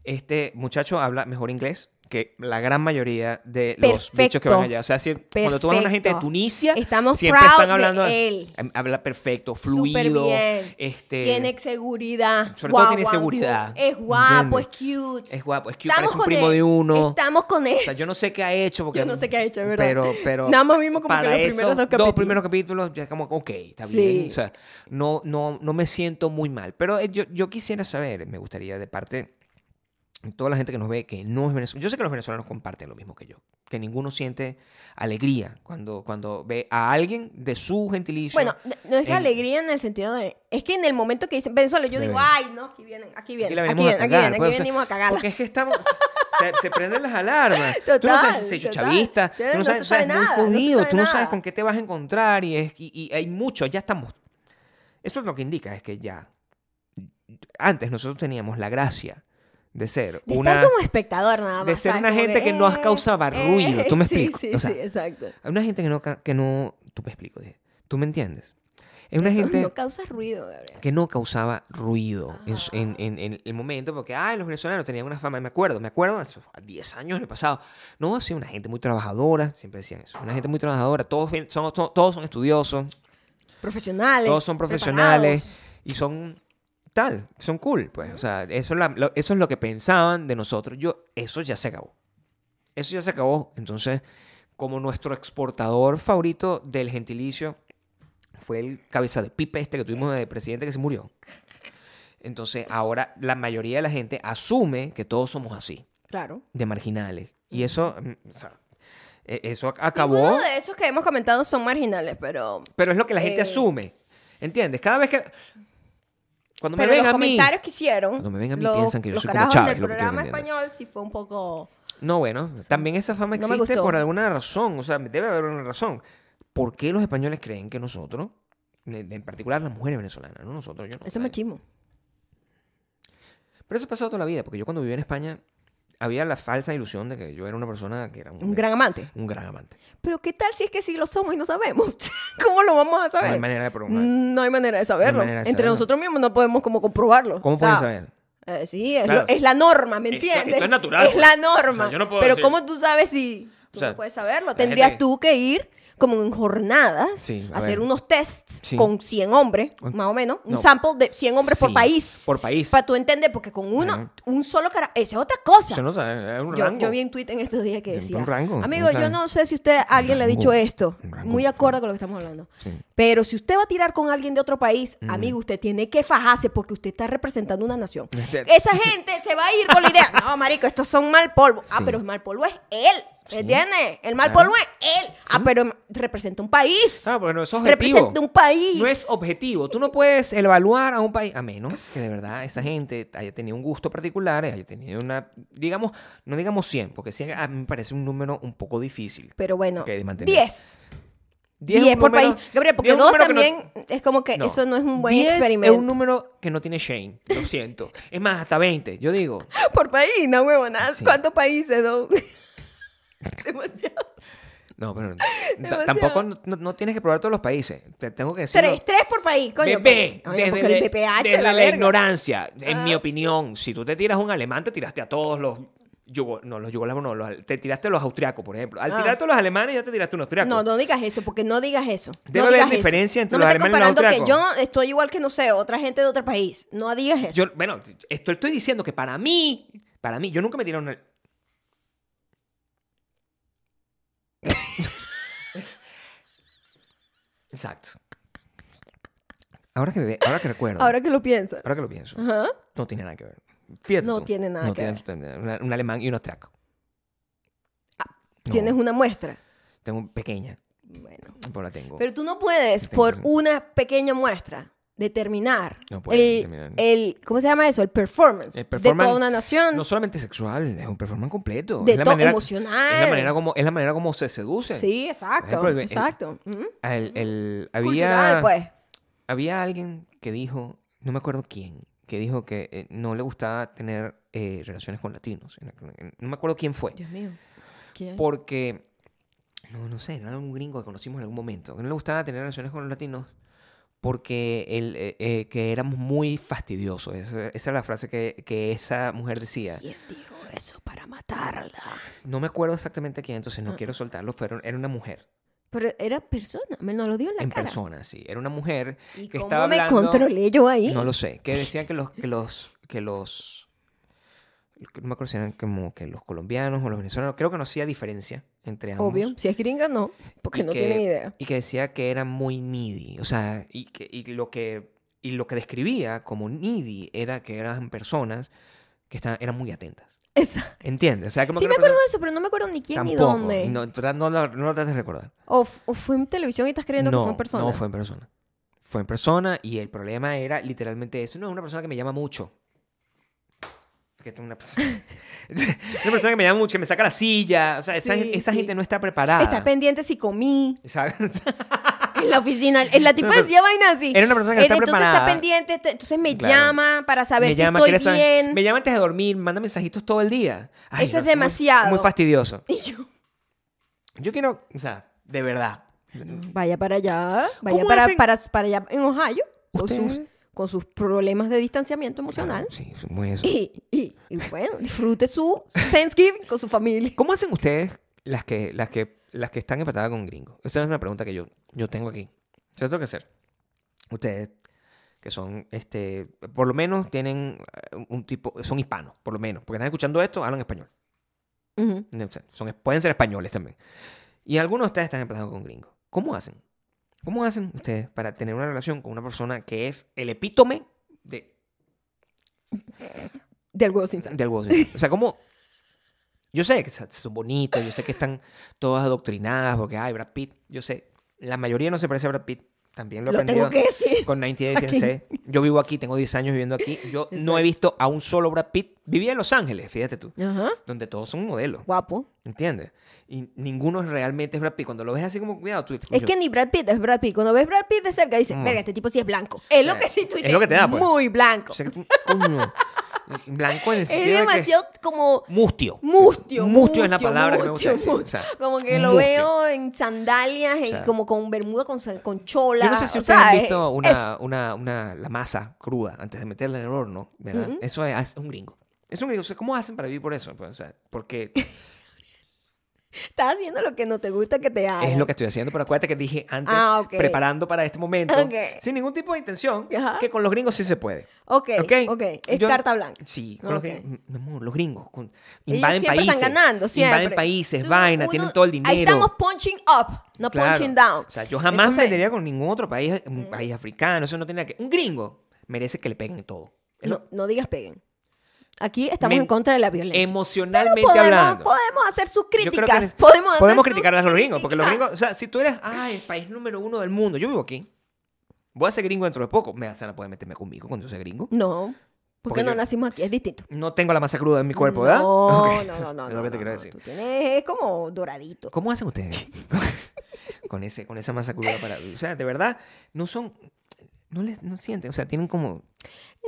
Este muchacho habla mejor inglés que la gran mayoría de los bichos que
Perfecto.
van allá. O sea, si- cuando tú vas a una gente de
Perfecto.
Tunisia,
Estamos
siempre
proud
están
de
hablando Em,
él.
Habla perfecto,
Súper
fluido.
bien.
Este,
tiene seguridad.
sobre todo tiene
guaguancó,
seguridad.
Es guapo,
¿Entiendes?
es cute.
Es guapo, es cute,
Estamos
parece un
con
primo
él.
de uno.
Estamos con él.
O sea, yo no sé qué ha hecho. Porque,
Yo no sé qué ha hecho, es verdad.
Pero, pero
Nada más vimos como que
para
los
esos
primeros dos capítulos.
primeros capítulos, ya como, ok, está
Sí.
bien. O sea, no, no, no me siento muy mal. Pero eh, yo, yo quisiera saber, me gustaría de parte de toda la gente que nos ve que no es venezolano. Yo sé que los venezolanos comparten lo mismo que yo. Que ninguno siente alegría cuando, cuando ve a alguien de su gentilicio.
Bueno, no- no es
en-
alegría en el sentido de. Es que en el momento que dicen Venezuela, yo
De
digo,
ver.
ay, no, aquí vienen, aquí
Aquí
vienen,
la
aquí
venimos a
vienen, aquí
cagar,
vienen, aquí
pues, o sea,
venimos a cagarla.
Porque es que estamos. Se, se prenden las alarmas. tú no
Total,
sabes si se hizo
total.
chavista. Tú
Ya,
no
no
sabes,
se sabe
sabes, muy
nada, no se
jodido.
sabe
tú no sabes
nada.
con qué te vas a encontrar. Y, es, y, y hay mucho. Ya estamos. Eso es lo que indica, es que ya. Antes nosotros teníamos la gracia de ser
De
una.
estar como espectador nada más.
de ser
¿sabes?
una
Como "Eh,
gente que no causaba ruido, ¿tú me
sí,
explicas?
Sí,
O sea,
sí, exacto.
Hay una gente que no. ca- Que no tú me explico, dije. Tú me entiendes. Es una
Eso
gente.
no causa ruido, Gabriel.
que no causaba ruido en, su- en- en- en el momento, porque, ay, los venezolanos tenían una fama, me acuerdo, me acuerdo, hace 10 años en el pasado, no, sí, una gente muy trabajadora, siempre decían eso, una gente muy trabajadora, todos ven- son, to- todos son estudiosos,
Profesionales.
todos son profesionales y son tal, son cool, pues, o sea, eso, es la- lo, eso es lo que pensaban de nosotros, yo, eso ya se acabó, eso ya se acabó, entonces, como nuestro exportador favorito del gentilicio fue el cabeza de pipe este que tuvimos de presidente que se murió. Entonces, ahora la mayoría de la gente asume que todos somos así,
preparados. Claro.
de marginales. Y eso, mm, o sea, e- eso ac-
Ninguno
acabó,
de esos que hemos comentado son marginales, pero.
pero es lo que la gente
eh,
asume. ¿Entiendes? Cada vez que. Cuando me
Pero
ven
los
a mí.
comentarios que hicieron.
Cuando me ven a mí
los-
piensan que yo
los
soy como
carajos
Chávez,
del
lo que quiero
programa
que entiendan.
español sí fue un poco.
No, bueno, también esa fama
No me
existe
gustó.
por alguna razón, o sea, debe haber una razón. ¿Por qué los españoles creen que nosotros, en en particular las mujeres venezolanas, no nosotros, yo no.
Eso es
¿sabes?
machismo.
Pero eso ha pasado toda la vida, porque yo cuando viví en España, había la falsa ilusión de que yo era una persona que era un,
Un gran amante.
un gran amante.
Pero ¿qué tal si es que sí lo somos y no sabemos? ¿Cómo lo vamos a
No
saber?
hay manera de probar.
No hay manera de saberlo.
manera de
Entre
saberlo.
nosotros mismos no podemos como comprobarlo.
¿Cómo
O sea,
puedes saber?
eh, sí, es,
Claro.
lo- es la norma, ¿me
Esto-
entiendes?
esto es natural,
Es
pues.
la norma.
O sea, yo no puedo
Pero
decir-
¿cómo tú sabes si tú
O sea,
no puedes saberlo?
la
Tendrías
gente que-
tú que ir como en jornadas,
Sí, a
a hacer
ver.
unos tests
Sí.
con 100 hombres,
Un-
más o menos, un
no.
sample de 100 hombres por
Sí,
país.
por país.
Para tú entender, porque con uno,
Ajá.
un solo cara, esa es otra cosa.
Yo no sé, era un
Yo,
rango.
yo vi en Twitter en estos días que
Siempre
decía,
un rango,
amigo,
no
yo
saben.
no sé si usted a alguien le ha
rango,
dicho esto,
un rango,
muy acorde con lo que estamos hablando,
Sí. Mm.
pero si usted va a tirar con alguien de otro país, amigo, usted tiene que fajarse porque usted está representando una nación.
Este-
Esa gente se va a ir con la idea, no, marico, estos son mal polvo. Ah,
Sí.
pero el mal polvo es él, ¿me
Sí.
entiendes? El mal
Claro.
polvo es él. Ah, pero em- representa un país.
Ah, pero no es objetivo.
representa un país.
No es objetivo. Tú no puedes evaluar a un país, a menos que de verdad esa gente haya tenido un gusto particular, haya tenido una, digamos, no digamos 100, porque 100 a mí me parece un número un poco difícil.
Pero bueno,
Ok, de mantener.
10.
es
10
un
por
número-
país. Gabriel, porque
diez es
2
un número que no-
también es como que eso no es un buen
10
experimento.
Es un número que no tiene Shane, lo siento. Es más, hasta 20, yo digo.
Por país, no huevonas.
Sí.
¿Cuántos países, no? Demasiado.
No, pero t-
Demasiado.
tampoco no, no tienes que probar todos los países. Te tengo que decir.
Tres, tres por país, coño.
Bebé,
Coño,
desde,
porque
la-
el BPH,
desde
la,
la,
verga.
ignorancia, en mi opinión, si tú te tiras un alemán, te tiraste a todos los yugo- no, los yugoslavos no, los- te tiraste a los austriacos, por ejemplo. Al
Ah.
tirarte a los alemanes ya te tiraste a un austriaco.
No, no digas eso, porque no digas eso.
Debe
no
haber
digas eso.
diferencia entre
No
los
me estés
alemanes y los
comparando que yo
austriacos.
estoy igual que, no sé, otra gente de otro país. No digas eso.
Yo, bueno, esto estoy diciendo que para mí, para mí, yo nunca me tiré a una... Exacto. Ahora que, ahora que recuerdo, ahora...
Ahora que lo piensas.
que lo pienso,
Ajá.
no tiene nada que ver. Fíjate
No
tú,
tiene nada que
tiene absolutamente nada. Una- un alemán y un austriaco. No,
Ah, Tienes una muestra.
Tengo un- pequeña,
Bueno.
pero la tengo.
Pero tú no puedes,
Tengo
por
razón.
una pequeña muestra, determinar
No puedes
el,
determinar.
el- ¿cómo se llama eso? El performance,
El performance-
de toda una nación.
No solamente sexual, es un performance completo.
De
es la
todo,
manera,
emocional.
Es la manera como, es la manera como se seduce.
Sí, exacto.
Por ejemplo, el-
exacto. Ujú.
El- el- había,
Cultural, pues.
había alguien que dijo, no me acuerdo quién, que dijo que eh, no le gustaba tener eh, relaciones con latinos. En la- en- No me acuerdo quién fue.
Dios mío. ¿Quién?
Porque, no, no sé, no era un gringo que conocimos en algún momento, que no le gustaba tener relaciones con los latinos porque él, eh, eh, que éramos muy fastidiosos. Esa, esa es la frase que, que esa mujer decía.
¿Quién dijo eso para matarla?
No me acuerdo exactamente quién, entonces
Ah.
no quiero soltarlo, pero era una mujer,
Pero era persona, me nos lo dio en la
en
cara.
persona, sí. Era una mujer
¿Y
que
cómo
estaba
me
hablando...
controlé yo ahí?
No lo sé. Que decían que los, que los, que los, que no me acuerdo si eran como que los colombianos o los venezolanos, creo que no hacía diferencia entre ambos.
Obvio, si es gringa no, porque
y
no
que-
tienen idea.
Y que decía que era muy needy, o sea, y, que, y lo, que, y lo que describía como needy era que eran personas que estaban, eran muy atentas.
Esa.
¿Entiendes? O sea, como
Sí
que
me
una
acuerdo
persona-
de eso, pero no me acuerdo ni quién
Tampoco,
ni dónde.
No, tra- no, lo- no lo trates de recordar.
O, f- o fue en televisión y estás creyendo que
no,
fue en persona.
no fue en persona. Fue en persona y el problema era literalmente eso. No, es una persona que me llama mucho. Que tengo una, persona, una persona que me llama mucho, que me saca la silla. O sea, esa,
Sí,
esa
sí.
gente no está preparada.
Está pendiente si comí
¿Sabes?
en la oficina. En la tipa
Una per-
decía vainas así.
Era una persona que está
entonces
preparada.
está pendiente, te- entonces me
Claro.
llama para saber
me
si
llama, quiere
estoy
saber-
bien.
me llama antes de dormir, manda mensajitos todo el día.
Eso es
muy-
demasiado.
Muy, fastidioso.
Y yo,
Yo quiero, o sea, de verdad.
vaya para allá, vaya
¿Cómo
para,
hacen?
para, para allá en Ohio, con
Ustedes-
sus, con sus problemas de distanciamiento emocional.
Claro, sí, es muy eso.
Y, y, y bueno, disfrute su Thanksgiving con su familia.
¿Cómo hacen ustedes las que, las que, las que están empatadas con gringos? Esa es una pregunta que yo, yo tengo aquí. Yo tengo que hacer. Ustedes que son, este, por lo menos tienen eh, un tipo, son hispanos, por lo menos, porque están escuchando esto, hablan español.
Ujú.
No, o sea, son, pueden ser españoles también. Y algunos de ustedes están empatados con gringos. ¿Cómo hacen? ¿Cómo hacen ustedes para tener una relación con una persona que es el epítome de,
Del huevo sin sal.
de algo así? O sea, ¿cómo? Yo sé que son bonitos, yo sé que están todas adoctrinadas porque, ay, Brad Pitt, yo sé. La mayoría no se parece a Brad Pitt. También lo,
Lo
aprendí
tengo que decir.
con 98
Aquí.
DNC. Yo vivo aquí, tengo 10 años viviendo aquí. Yo no
Exacto.
he visto a un solo Brad Pitt. Vivía en Los Ángeles, fíjate tú,
Ajá.
donde todos son modelos.
Guapo.
¿Entiendes? Y ninguno realmente es Brad Pitt. Cuando lo ves así como, cuidado, tú dices,
Es
"Coño,
que ni Brad Pitt es Brad Pitt. Cuando ves Brad Pitt de cerca dices,
Mm.
verga, este tipo sí es blanco. Es lo
Eh,
que sí tú
es
dices,
lo que te da, pues.
muy blanco.
o sea que tú- coño". Blanco en el
Es
sentido de que-
demasiado como
Mustio.
mustio.
Mustio es la palabra que me
mustio,
gusta decir,
mustio.
o sea,
como que lo
mustio.
veo en sandalias, en-
O sea,
como con bermuda, con, sa- con chola.
Yo no sé si
o
ustedes han
sea,
visto
es-
una, una, una, la masa cruda antes de meterla en el horno, ¿verdad? Eso es, es un gringo. Es un gringo. O sea, ¿Cómo hacen para vivir por eso? Pues, o sea, porque
Estás haciendo lo que no te gusta que te hagan.
es lo que estoy haciendo, pero acuérdate que dije antes,
Ah, ok.
preparando para este momento,
Ok.
sin ningún tipo de intención,
Ajá.
que con los gringos sí se puede.
Ok,
¿Ok?
ok. Es
Yo-
carta blanca.
Sí, con los
Ok.
gringos. Mi amor, los gringos con-
Ellos
invaden
siempre
países.
están ganando, siempre.
Invaden países,
Tú-
vaina,
uno-
tienen todo el dinero.
Ahí estamos punching up, no
Claro.
punching down.
O sea, yo jamás me
Entonces,
metería con ningún otro país, un país africano, eso no tenía que... Un gringo merece que le peguen en todo. Es
No,
lo-
no digas peguen. Aquí estamos
Men-
en contra de la violencia.
Emocionalmente
Pero podemos,
hablando.
podemos hacer sus
Yo creo que
críticas.
eres-
podemos hacer sus
criticar a los gringos, porque los
críticas.
gringos, o sea, si tú eres, ah, el país número uno del mundo, yo vivo aquí, voy a ser gringo dentro de poco, me van a poder meterme conmigo cuando yo sea gringo.
No, porque
Porque
no
yo-
nacimos aquí, es distinto.
No tengo la masa cruda en mi cuerpo, ¿verdad?
No,
Ok,
no, no,
eso
no.
Es lo que te
no,
quiero
no,
decir.
Tú tienes, es como doradito.
¿Cómo hacen ustedes con, ese, con esa masa cruda para... O sea, de verdad, no son... No, les, no sienten, o sea, tienen como...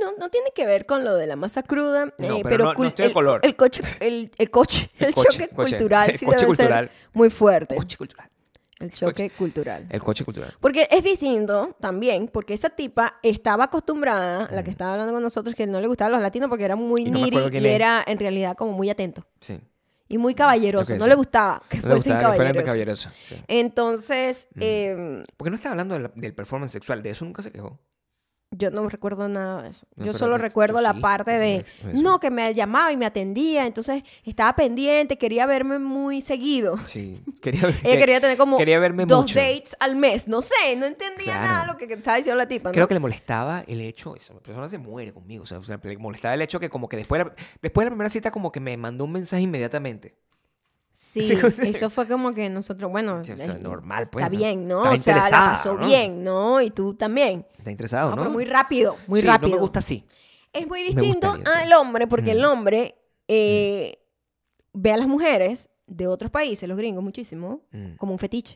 No, no tiene que ver con lo de la masa cruda, eh,
pero
pero,
no- no
cul-
estoy de
el,
color.
El coche, el, el coche, el,
coche,
choque
coche,
cultural
el
sí
coche
debe
cultural.
ser muy fuerte.
Coche cultural.
el choque cultural.
El coche cultural.
Porque es distinto también, porque esa tipa estaba acostumbrada, la que estaba hablando con nosotros, que no le gustaban los latinos porque era muy
Y no me
niri
acuerdo
y
quién es.
era en realidad como muy atento
Sí.
y muy caballeroso.
Ok,
no
sí.
le gustaba que
No le
fuesen
gustaba que fueran
caballerosos.
caballerosos. sí.
Entonces, eh,
Porque no estaba hablando de la- del performance sexual, de eso nunca se quejó.
Yo no recuerdo nada de eso.
No,
yo
pero
solo
yo-
recuerdo
yo
la
sí,
parte
yo sí
de,
me- me suena.
no, que me llamaba y me atendía, entonces estaba pendiente, quería verme muy seguido.
Sí. Quería, ver-
Ella quería tener como
quería verme
dos
mucho.
dates al mes, no sé, no entendía
Claro.
nada de lo que estaba diciendo la tipa. ¿no?
Creo que le molestaba el hecho, esa persona se muere conmigo, o sea, o sea, le molestaba el hecho que como que después de la, después de la primera cita como que me mandó un mensaje inmediatamente.
Sí,
Sí, o sea-
eso fue como que nosotros, bueno,
Sí, o sea,
eh,
normal, pues,
Está
¿no?
bien, ¿no?
Estaba
o sea, la
interesada,
pasó
¿no?
bien, ¿no? Y tú también.
Está interesado,
No,
¿no?
pero muy rápido, muy
Sí,
rápido.
No me gusta así.
Es muy
Me
distinto
gustaría, sí. Mm.
al hombre, porque el hombre eh, ve a las mujeres de otros países, los gringos muchísimo,
Mm.
como un fetiche.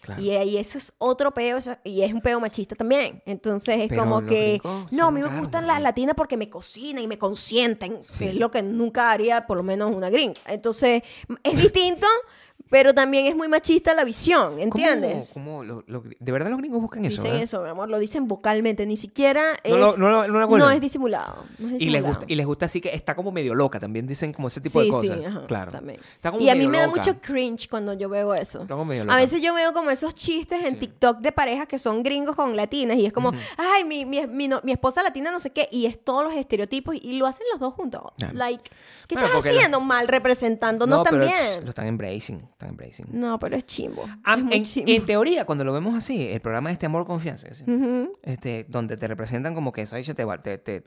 Claro.
Y ahí eso es otro peo, eso- y es un peo machista también. Entonces es
Pero
como
los
que,
gringos
no, a
son
mí me
raros,
gustan
¿no?
las latinas porque me cocinan y me consienten,
Sí.
que es lo que nunca haría por lo menos una gringa. Entonces es distinto, pero también es muy machista la visión, ¿entiendes?
¿Cómo, cómo lo- lo- de verdad los gringos buscan eso,
Dicen
¿verdad?
eso, mi amor, lo dicen vocalmente, ni siquiera es...
No lo- no lo- no lo acuerdo.
es disimulado. no es
Y les,
disimulado.
gusta, y les gusta así que está como medio loca también, dicen como ese tipo de cosas.
ajá,
claro.
también.
Está como
y a mí
medio
me da
loca.
mucho cringe cuando yo veo eso.
Está como medio
A
loca.
veces yo veo como esos chistes en TikTok de parejas que son gringos con latinas y es como, ay, mi, mi, mi no- mi esposa latina no sé qué, y es todos los estereotipos y lo hacen los dos juntos.
Ah.
Like, ¿qué
Bueno,
estás
porque la-
haciendo mal representándonos
No, pero
también?
Lo están embracing, están embracing.
No, pero es chimbo.
Ah,
es muy
en,
chimbo.
en teoría, cuando lo vemos así, el programa de este amor confianza, ese, este, donde te representan como que esa bicha te, va- te, te,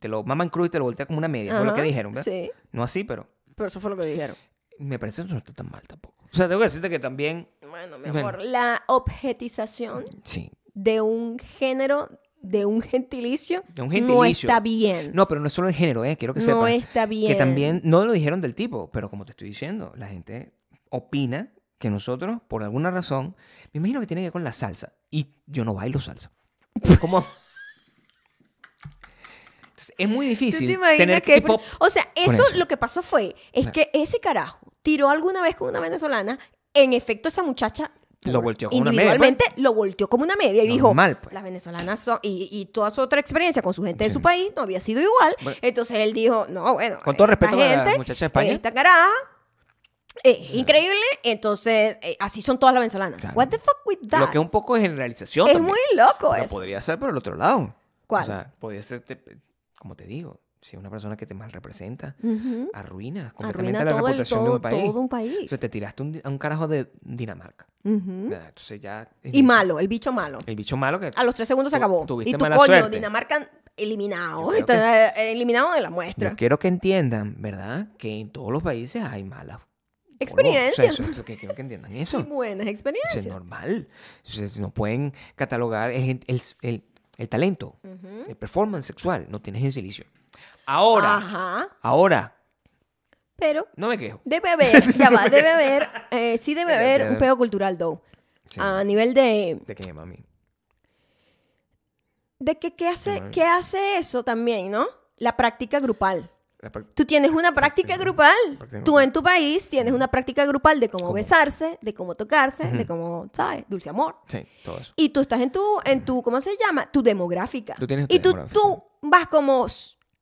te lo maman crudo y te lo voltea como una media, fue lo
Ajá,
que dijeron, ¿verdad?
Sí,
No así, pero
pero eso fue lo que dijeron.
me parece que eso no está tan mal tampoco. O sea, tengo que decirte que también,
Bueno, mi
Bueno.
amor, la objetización
sí.
de un género, de un gentilicio,
De un
no
gentilicio.
está bien.
No, pero no es solo el género, ¿eh? Quiero que
No
sepas.
está
Que
bien.
también, no lo dijeron del tipo, pero como te estoy diciendo, la gente opina que nosotros, por alguna razón, me imagino que tiene que ver con la salsa. Y yo no bailo salsa. Como... Entonces, es muy
¿Tú te
difícil
imaginas
tener
que-
hip hop
O sea,
con
eso
eso?
lo que pasó fue, es
Claro.
que ese carajo tiró alguna vez con una venezolana, en efecto esa muchacha
Lo volteó como una media, pues.
individualmente lo volteó como una media y dijo,
Normal, pues.
las venezolanas son, y, y toda su otra experiencia con su gente de su país no había sido igual.
Bueno.
Entonces él dijo, no, bueno,
Con todo
esta
respeto para la
gente,
muchacha de España.
Esta caraja. Es increíble, entonces eh, así son todas las venezolanas.
Claro.
What the fuck with that?
Lo que es un poco de generalización.
es
también.
muy loco
Lo
eso.
podría ser por el otro lado.
¿Cuál?
O sea, podría ser, te- como te digo, si es una persona que te mal representa,
Ujú.
arruina completamente
Arruina
la
todo, el-
reputación de
todo-
un país.
todo un país.
O sea, te tiraste un- a un carajo de Dinamarca.
Ujú.
Nah, Entonces ya. el
¿Mm? Y
bicho-
malo, el bicho malo.
El bicho malo que.
A los tres segundos se
Tu-
acabó.
tuviste
Y tu
mala
coño,
suerte.
Dinamarca eliminado.
Yo creo
Está, eh, eliminado de la
Yo
muestra.
quiero que entiendan, ¿verdad? Que en todos los países hay malas.
Experiencias.
Experiencia. eso es lo que quiero que entiendan eso.
Y buenas
Eso es
experiencias.
normal. Eso es- no pueden catalogar el, gen- el- el- el talento, el performance sexual. No tienes en silicio. Ahora,
Ah. Ajá.
ahora,
Pero
no me quejo.
debe haber, ya va, debe haber, eh, sí debe haber un pedo cultural, though.
Sí.
A nivel de,
¿De qué, mami?
de que qué hace,
Ajá.
qué hace eso también, ¿no? la práctica grupal.
La pra-
Tú tienes una práctica grupal.
Práctica
Tú
grupal.
en tu país tienes una práctica grupal de cómo,
¿Cómo?
besarse, de cómo tocarse, de cómo, ¿sabes? Dulce amor.
Sí, todo eso.
Y tú estás en tu, en tu ¿cómo se llama? Tu demográfica.
Tú tienes tu
y tú,
demográfica.
tú vas como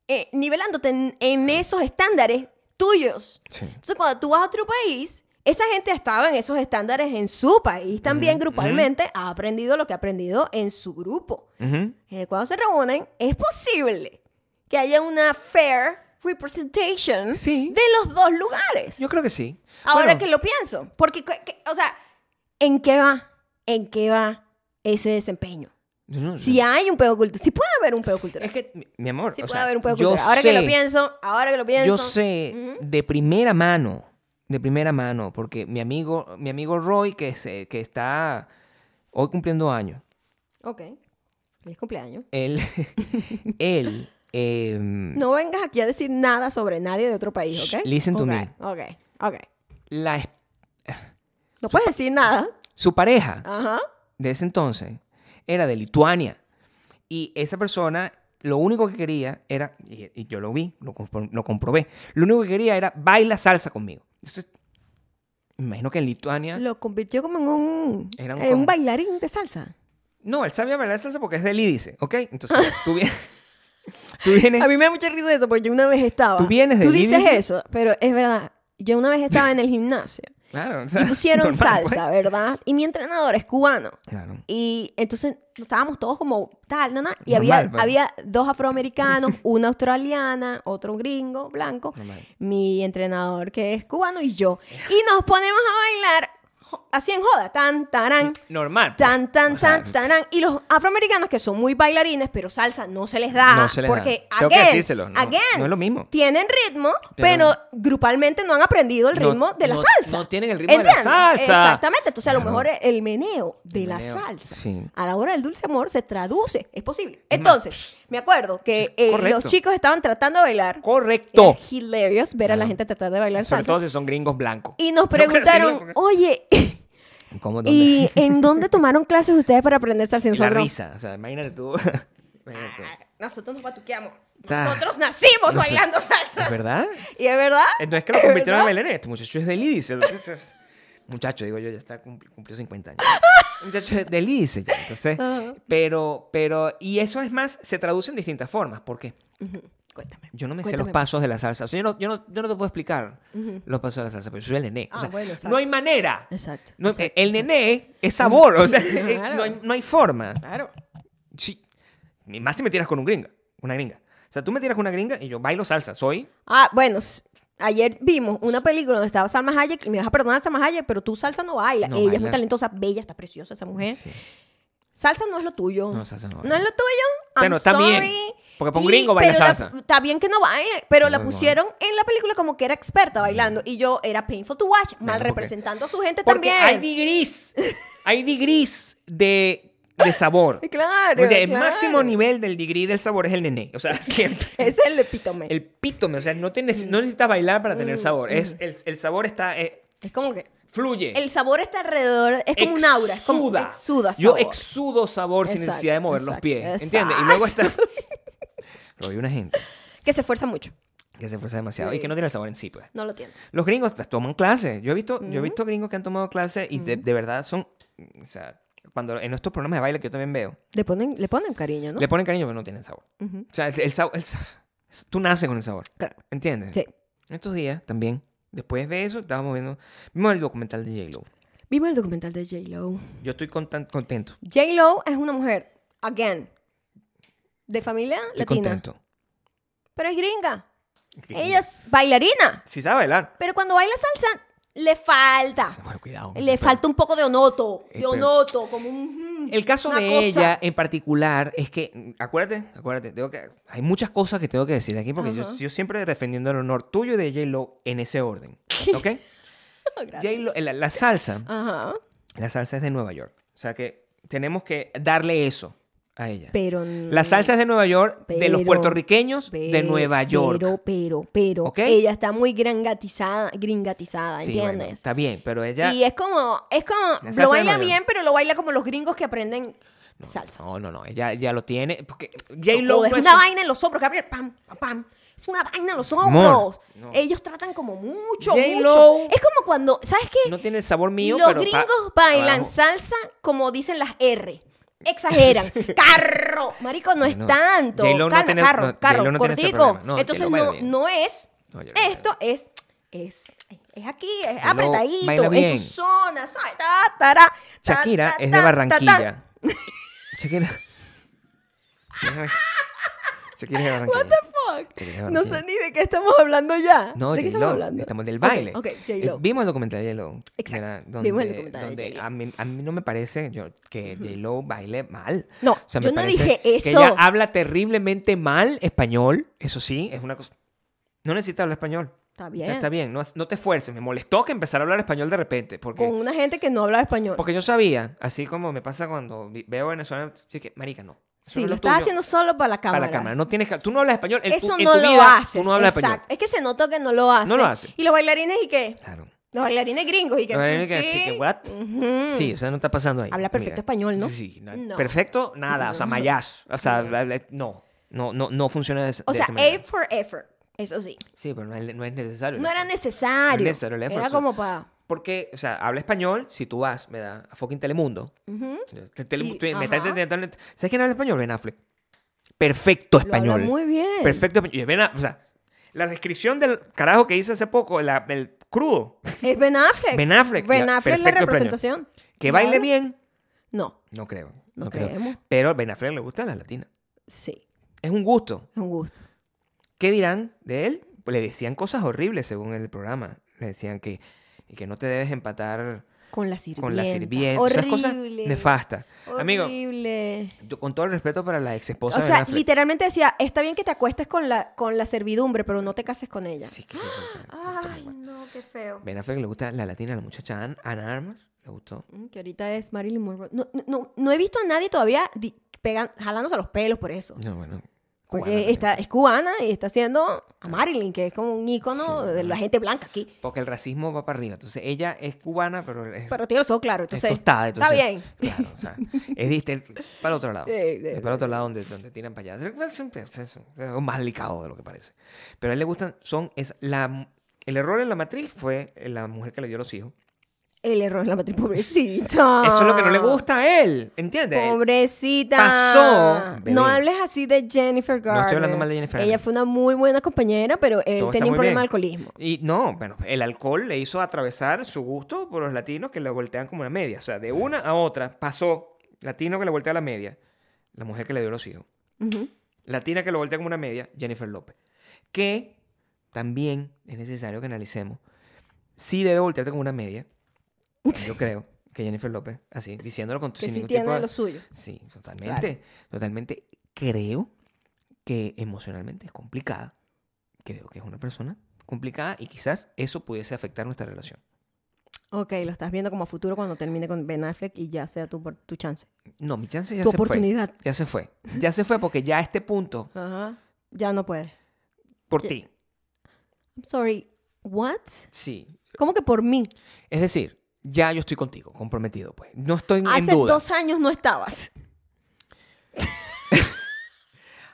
eh, nivelándote en, en esos estándares tuyos.
Sí.
Entonces, cuando tú vas a otro país, esa gente ha estado en esos estándares en su país también grupalmente, ha aprendido lo que ha aprendido en su grupo.
Ujú.
Eh, cuando se reúnen, es posible que haya una fair representation
Sí.
de los dos lugares.
Yo creo que sí.
Ahora
Bueno,
que lo pienso, porque, que- que- o sea, ¿en qué va? ¿En qué va ese desempeño?
no, no,
Si hay un peo cultural, si puede haber un peo cultural.
Es que, mi- mi amor,
si
o
puede
sea,
haber un peo
yo
cultural. Ahora que lo
sé-
pienso, ahora que lo pienso.
Yo sé de primera mano, de primera mano, porque mi amigo, mi amigo Roy, que, se, que está hoy cumpliendo años,
Ok. Feliz cumpleaños.
él, él, eh,
No vengas aquí a decir nada sobre nadie de otro país,
Shh,
¿ok?
listen to
Ok,
me.
Ok, ok.
la es-
No puedes decir nada.
su pareja
Ajá.
de ese entonces era de Lituania. Y esa persona lo único que quería era, y, y yo lo vi, lo, compro- lo comprobé, lo único que quería era baila salsa conmigo. Entonces, me imagino que en Lituania...
Lo convirtió como en un,
Era un
en un
con-
bailarín de salsa.
No, él sabía bailar salsa porque es del IDICE, ¿ok? Entonces, tú vienes... tú vienes
A mí me da mucha risa eso, porque yo una vez estaba.
Tú vienes de
Tú dices
Lidia.
eso, pero es verdad. Yo una vez estaba en el gimnasio
claro, o sea,
y pusieron
normal, pues.
salsa, ¿verdad? Y mi entrenador es cubano.
Claro.
Y entonces estábamos todos como tal, nana. Y
Normal,
había,
pues.
había dos afroamericanos, una australiana, otro gringo, blanco,
Normal.
mi entrenador que es cubano y yo. Y nos ponemos a bailar jo- así en joda, tan, tarán.
Normal. pues.
Tan, tan,
O sea,
tan, tarán. Y los afroamericanos que son muy bailarines, pero salsa no se les da.
No se les da.
porque,
Tengo que
again,
decírselo, no-
again,
no es lo mismo.
Tienen ritmo,
Tienen-
pero grupalmente no han aprendido el
No-
ritmo de la
no-
salsa.
no tienen el ritmo de la salsa.
Exactamente. Entonces, a lo
Claro.
mejor el meneo de
El
la
meneo,
salsa
sí.
a la hora del dulce amor se traduce. Es posible.
Es
Entonces, me acuerdo que eh, los
Correcto.
chicos estaban tratando de bailar.
Correcto.
Era hilarious ver a Eh, la
Claro.
gente tratar de bailar
Sobre
salsa.
todo si son gringos blancos.
y nos
No quiero
preguntaron,
decirlo
oye,
porque- ¿Cómo? ¿Dónde?
¿Y en dónde tomaron clases ustedes para aprender salsa?
la
Nosotros-
risa. O sea, imagínate tú. imagínate
Ah, Nosotros nos batuqueamos.
Ta.
Nosotros nacimos
Ah. No sé.
bailando
tú. ¿Es
salsa.
verdad?
¿Y es verdad?
Entonces que lo
¿Es
convirtieron en
verdad?
bailarín. Este muchacho es del IDICE. lo que es- Muchacho, digo yo, ya está cumpl- cumplió 50 años. Muchacho es del IDICE. ya, Entonces, pero, pero, y eso es más, se traduce en distintas formas. ¿Por qué?
Cuéntame.
Yo no me sé
Cuéntame.
los pasos de la salsa. O sea, yo no, yo no, yo no te puedo explicar los pasos de la salsa, pero yo soy el nené. O
Ah,
sea,
bueno, exacto.
no hay manera.
Exacto,
No-
exacto,
el
exacto.
nené es sabor. O sea, eh,
Claro.
no, hay, no hay forma.
Claro.
Sí. Ni más si me tiras con un gringa. Una gringa. O sea, tú me tiras con una gringa y yo bailo salsa. Soy.
Ah, bueno, s- ayer vimos una película donde estaba Salma Hayek y me vas a perdonar Salma Hayek, pero tú salsa no baila.
No
Ella es
baila.
muy talentosa, bella, está preciosa esa mujer.
Sí.
Salsa no es lo tuyo.
No, salsa no
No
baila.
es lo tuyo. I'm
Bueno, está bien,
sorry.
porque para un
Y-
gringo baila
pero la-
salsa.
está bien que no baile, pero la
No, no.
pusieron en la película como que era experta bailando y yo era painful to watch, mal
porque-
representando a su gente
Porque
también.
hay degrees. Hay degrees de, de sabor.
Claro,
Porque el
claro.
máximo nivel del degree del sabor es el nené. O sea, siempre.
Es el epítome.
El pítome, o sea, no, te neces- no necesitas bailar para
Mm,
tener sabor. Es, el, el sabor está. eh,
Es como que
fluye.
el sabor está alrededor, es como un aura, es como
Exuda.
exuda
Yo
sabor.
exudo sabor sin
Exacto,
necesidad de mover los
exacto,
pies.
exacto.
¿Entiendes? Y luego está. Luego hay una gente
que se esfuerza mucho,
que se esfuerza demasiado y
Sí.
que no tiene el sabor en sí, pues.
no lo tiene.
Los gringos pues, toman clases. Yo he visto, yo he visto gringos que han tomado clases y de, de verdad son. O sea, cuando en estos programas de baile que yo también veo,
Le ponen le ponen cariño, ¿no?
le ponen cariño, pero no tienen sabor. O sea, el, el sabor. el sa- tú naces con el sabor.
Claro.
¿Entiendes?
Sí.
En estos días también, después de eso, estábamos viendo. Vimos el documental de J-Lo.
Vimos el documental de J-Lo.
Yo estoy contan- contento.
J-Lo es una mujer, again, de familia
Estoy
latina,
contento.
pero es gringa. Ella es bailarina,
Sí sabe bailar.
pero cuando baila salsa le falta.
Bueno, cuidado.
Le falta un poco de onoto, de
Espera.
onoto, como un...
El caso
una
de
cosa.
ella en particular es que, mm, acuérdate, acuérdate, tengo que, hay muchas cosas que tengo que decir aquí porque yo,
Ajá.
yo siempre defendiendo el honor tuyo y de J-Lo en ese orden. ¿Ok?
Gracias. Ah.
J-Lo, eh, la, la salsa,
Ajá.
la salsa es de Nueva York. O sea que tenemos que darle eso a ella.
Pero...
La salsa es de Nueva York, de los
Pero-
puertorriqueños de
Pero,
Nueva York.
Pero, pero, pero.
¿Ok?
Ella está muy gringatizada, gringatizada,
Sí, bueno,
¿entiendes?
está bien, pero ella...
Y es como, es como,
salsa
lo
de
baila
Nueva York.
bien, pero lo baila como los gringos que aprenden
No,
Salsa.
No, no, no. Ella ya lo tiene. Porque
J
J-Lo
es
no es-
una vaina en los hombros, Gabriel. Pam, pam, pam. Es una vaina en los hombros.
no.
Ellos tratan como mucho,
J-Lo-
mucho. Es como cuando, ¿sabes qué?
no tiene el sabor mío,
Los
pero pa-
gringos bailan
abajo.
salsa como dicen las R. Exageran. carro. Marico, no es
No,
tanto.
J-Lo no
Calma,
tiene-
carro,
no,
carro,
J-Lo no tiene ese
cortico.
problema. No,
Entonces
J-Lo
no,
baila bien.
no es.
No, J-Lo baila
esto es, es. Es aquí, es
J-Lo baila
apretadito, en
bien.
tu zona, ¿sabes? Ta, tará, ta,
Shakira
ta,
es de
ta,
Barranquilla.
ta,
Shakira. Shakira es de Barranquilla.
What the
Shakira es
fuck?
de
No
Barranquilla.
sé ni de qué estamos hablando ya.
No,
¿De qué
J-Lo,
estamos hablando?
Estamos del
Ok,
baile.
Ok,
Eh,
J-Lo.
Vimos el documental de J-Lo.
Exacto,
¿verdad?
vimos
Donde,
el documental de
donde
J-Lo.
A mí, a mí no me parece yo, que J-Lo baile mal.
No,
O sea, me
yo no
parece
dije
Que
eso.
ella habla terriblemente mal español. Eso sí, es una cosa... No necesita hablar español.
Está
O sea,
bien.
está bien. No, no te esfuerces. Me molestó que empezara a hablar español de repente. Porque...
Con una gente que no habla español.
Porque yo sabía, así como me pasa cuando vi- veo Venezuela, así que, marica, no. Eso
Sí,
no es
lo estás
tuyo.
haciendo solo para la cámara.
para la cámara. No tienes que, tú no hablas español. en tu-
Eso
en
no
tu
lo
vida,
haces.
Tú no hablas
exacto.
español.
Es que se nota que no lo hace.
No lo hace.
¿Y los bailarines y qué?
Claro.
Los bailarines gringos y qué.
Los bailarines que-
sí.
que, what?
Ujú.
Sí, o sea, no está pasando ahí.
Habla perfecto español, ¿no?
Sí, sí, na-
No.
Perfecto, nada. O sea,
No.
mayas. O sea, la- la- no. No, no, no funciona de, esa-
O
de
sea,
esa manera.
A for effort. Eso sí.
Sí, pero no es, no es necesario.
No era necesario.
No es necesario el
Era
effort.
como para.
Porque, o sea, habla español si tú vas, me da a fucking Telemundo. Te- Tele-
Y-
tú- me
ajá.
está intentando- ¿Sabes quién habla español? Ben Affleck. Perfecto español.
muy bien.
Perfecto español. Y Ben Aff- o sea, la descripción del carajo que hice hace poco, la- el crudo,
Es Ben Affleck.
Ben Affleck,
Ben
ya,
Affleck es la
perfecto español.
representación.
que
¿No
baile
habla?
bien,
No,
no creo.
No
No, creo.
creemos.
Pero a Ben Affleck le gustan las latinas.
sí.
Es un gusto.
Es un gusto.
¿Qué dirán de él? Pues le decían cosas horribles según el programa. Le decían que, y que no te debes empatar
Con la sirvienta.
con la sirvienta.
Horrible.
Esas cosas nefastas. Amigo,
Horrible.
yo con todo el respeto para la ex esposa
O
de Ben
sea,
Affleck.
literalmente decía, está bien que te acuestes con la, con la servidumbre, pero no te cases con ella.
Sí, que eso, o sea, eso está muy
Ay,
mal.
no, qué feo.
Ben Affleck le gusta la latina, la muchacha Ann, Ann Armas. Le gustó.
Mm, Que ahorita es Marilyn Monroe. No, no- no, no he visto a nadie todavía di- pegan, jalándose los pelos por eso.
No, bueno.
Porque
cubana Ah.
está, es cubana y está haciendo a Marilyn, que es como un ícono
Sí.
de la gente blanca aquí.
Porque el racismo va para arriba. Entonces, ella es cubana, pero es,
Pero tiene los ojos claros,
es
entonces,
tostada. entonces-
está bien. Eh,
Claro, o sea, es diste- para el otro lado.
Sí, sí,
es para el otro lado donde, donde tiran para allá. Es un- es- es un- más delicado de lo que parece. Pero a él le gustan, son, es la... El error en la matriz fue la mujer que le dio los hijos.
El error en la matriz, pobrecita.
Eso es lo que no
Ah.
le gusta a él, ¿entiendes?
Pobrecita.
Pasó, bebé.
No hables así de Jennifer Garner.
hablando mal de Jennifer
Ella
Garner.
fue una muy buena compañera, pero él
Todo está
tenía un
muy
problema
bien.
de alcoholismo.
Y no, bueno, el alcohol le hizo atravesar su gusto por los latinos que le voltean como una media. O sea, de una a otra pasó latino que le voltea la media, la mujer que le dio los hijos.
Ujú.
Latina que lo voltea como una media, Jennifer López. Que también es necesario que analicemos. Sí debe voltearte como una media. Yo creo que Jennifer López, así, diciéndolo con
Que
sin
sí
ningún
tiene
tipo de-
lo suyo.
Sí, totalmente. Totalmente. Creo que emocionalmente es complicada. Creo que es una persona complicada y quizás eso pudiese afectar nuestra relación.
Ok, lo estás viendo como a futuro cuando termine con Ben Affleck y ya sea tu, por- tu chance.
No, mi chance ya
tu
se
oportunidad.
fue. Ya se fue. Ya se fue porque ya a este punto,
Ajá. Ya no puedes.
por
Ya-
ti.
I'm sorry. What?
Sí.
¿Cómo que por mí?
Es decir, ya yo estoy contigo, comprometido, pues. No estoy en, en
Hace
duda.
dos años no estabas.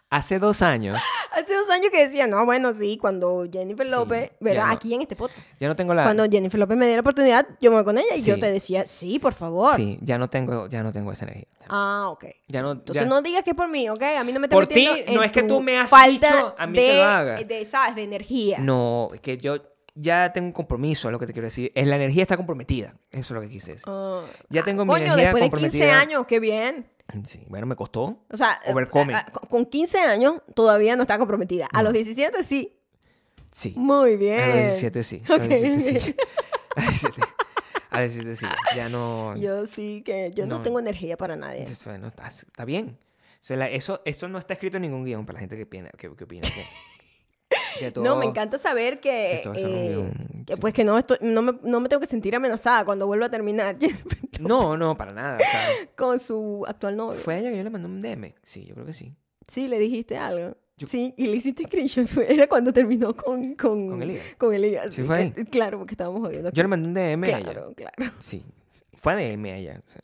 Hace dos años
Hace dos años que decía, no, bueno, sí, cuando Jennifer
Sí,
López,
ya
¿verdad?
no.
Aquí en este podcast.
ya no tengo la.
Cuando Jennifer López me dio la oportunidad, yo me voy con ella y yo
Sí.
te decía, sí, por favor.
Sí, ya no tengo, ya no tengo esa energía.
Ah, ok.
Ya no.
Entonces
ya-
no digas que es por mí, ¿ok? A mí no me está
Por
metiendo
ti,
en
no es que
tu
tú me has
falta
dicho a mí
de,
que lo haga.
De, ¿sabes? De energía.
No, es que yo ya tengo un compromiso, es lo que te quiero decir. Es la energía está comprometida. Eso es lo que quise decir.
Ah,
Ya tengo mi
Coño,
energía
después de 15
comprometida.
años, qué bien.
Sí, bueno, me costó.
O sea, eh,
Overcoming.
eh, con- con 15 años todavía no está comprometida. A los 17 sí.
Sí.
Muy bien.
A los 17 sí. A los 17 sí. A los 17, a los 17 sí. Ya no.
Yo sí que yo no,
No.
tengo energía para nadie.
Entonces, Bueno, está, está bien. O sea, la- eso, eso no está escrito en ningún guión para la gente que opina. Que, que opina que- que
No,
todo-
me encanta saber que,
todo está
eh,
reunido,
que,
sí.
pues que no, estoy, no, me, no me tengo que sentir amenazada cuando vuelva a terminar
No, no, para nada. o sea,
con su actual novio.
¿Fue a ella que yo le mandé un DM? Sí, yo creo que sí.
Sí, le dijiste algo.
Yo-
Sí, y le hiciste screenshot. Fue- Era cuando terminó con... Con,
Con Elías.
con Elías.
Sí, fue ahí.
Que- Claro, porque estábamos jodiendo.
Yo le mandé un DM a ella.
claro, claro.
Sí. sí. Fue a DM allá. o sea.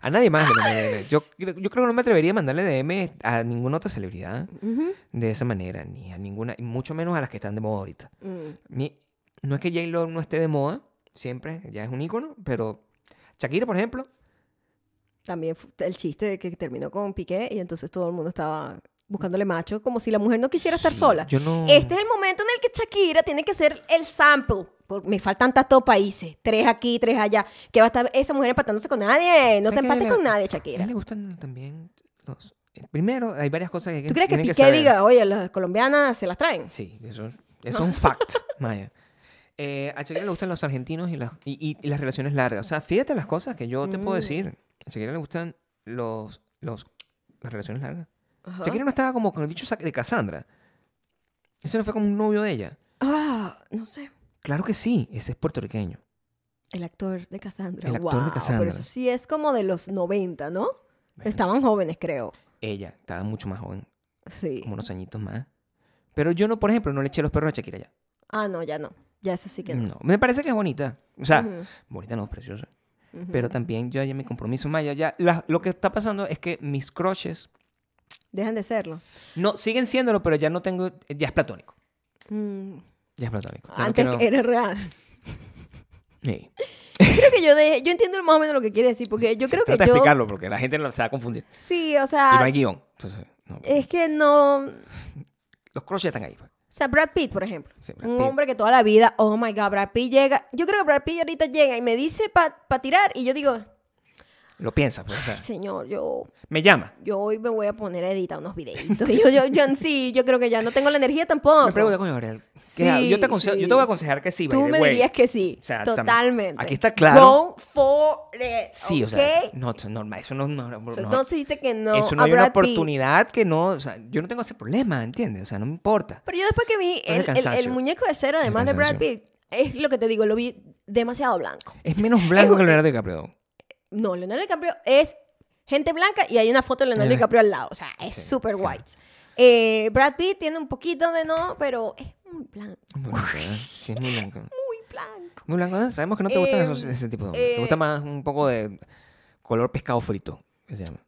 A nadie más le mandé DM. Yo, creo- yo creo que no me atrevería a mandarle DM a ninguna otra celebridad
Ujú.
de esa manera, ni a ninguna, y mucho menos a las que están de moda ahorita.
Mm.
Ni- no es que J-Lo no esté de moda, siempre, ya es un ícono, pero Shakira, por ejemplo,
También fu- el chiste de que terminó con Piqué y entonces todo el mundo estaba buscándole macho, como si la mujer no quisiera estar
Sí,
sola.
yo no-
Este es el momento en el que Shakira tiene que ser el sample. Por- me faltan tantos países, tres aquí, tres allá, que va a estar esa mujer empatándose con nadie. No te
¿Sabes qué?
empates
Le-
con nadie,
a él
Shakira.
le gustan también los... eh, Primero, hay varias cosas que
¿Tú crees que
tienen
Piqué
saber.
diga, oye, las colombianas se las traen?
Sí, eso, es- eso es un fact, Maya. Eh, a Shakira le gustan los argentinos y las, y, y- y las relaciones largas. O sea, fíjate las cosas que yo te puedo
Mm.
decir. A Shakira le gustan los, los, las relaciones largas.
Ajá.
Shakira no estaba como con el bicho sa- de Cassandra. Ese no fue como un novio de ella.
Ah, no sé.
Claro que sí, ese es puertorriqueño.
El actor de Cassandra.
El actor de
Wow,
Cassandra.
Pero eso sí es como de los 90, ¿no?
Bueno,
Estaban jóvenes, creo.
Ella estaba mucho más joven,
Sí.
como unos añitos más. Pero yo no, por ejemplo, no le eché los perros a Shakira ya.
Ah, no, ya no. Ya eso sí que no.
No, me parece que es bonita. O sea,
Ujú,
bonita no, preciosa.
ujú.
Mm. Ah, Pero también yo ya mi compromiso maya ya la- lo que está pasando es que mis crushes
Dejan de serlo.
no siguen siéndolo, pero ya no tengo ya es platónico.
Mm,
Ya es platónico. Ya no
Antes
quiero-
era real.
Sí.
Creo que yo de- yo entiendo más o menos lo que quiere decir, porque yo
Sí,
creo que
trata de
yo...
explicarlo porque la gente lo- se va a confundir.
Sí, o
y no
sea,
hay guión. Entonces, no. pues,
es que no... O
los crushes están ahí. pues.
sea, Brad Pitt, por ejemplo.
Sí, Brad
un
Pitt.
hombre que toda la vida, oh my God, Brad Pitt llega... Yo creo que Brad Pitt ahorita llega y me dice para tirar y yo digo,
Lo piensas, pues, o sea,
señor, yo,
me llama.
yo hoy me voy a poner a editar unos videitos. yo, yo, yo- sí, yo creo que ya no tengo la energía tampoco.
Me pregunta, coño, Gabriel, ¿qué
Sí,
hago? yo, te aconsejo-
sí.
yo te voy a aconsejar que sí, by
Tú
the
me
way.
dirías que sí,
O sea, tam-
totalmente.
aquí está claro.
Go for it,
Sí, o sea,
¿ok?
no, eso es normal, eso no, no, no-
So, Entonces dice que no
eso no
a
hay una
Brad Pitt.
oportunidad que no, o sea, yo no tengo ese problema, ¿entiendes? O sea, no me importa.
Pero yo después que vi
No es
el,
el
el- el
cansancio.
muñeco de cera, además de Brad Pitt, es lo que te digo, lo vi demasiado blanco.
Es menos blanco
Es-
que Leonardo DiCaprio.
No, Leonardo DiCaprio es gente blanca y hay una foto de Leonardo
Mira.
DiCaprio al lado. O sea, es
Sí,
super white. Eh, Brad Pitt tiene un poquito de no, pero es muy blanco.
Muy blanco, ¿eh? Sí, es muy blanco.
Muy blanco.
Muy blanco. ¿eh? Sabemos que no te gustan
Eh,
esos- ese tipo de hombres.
eh,
te gusta más un poco de color pescado frito, que se llama.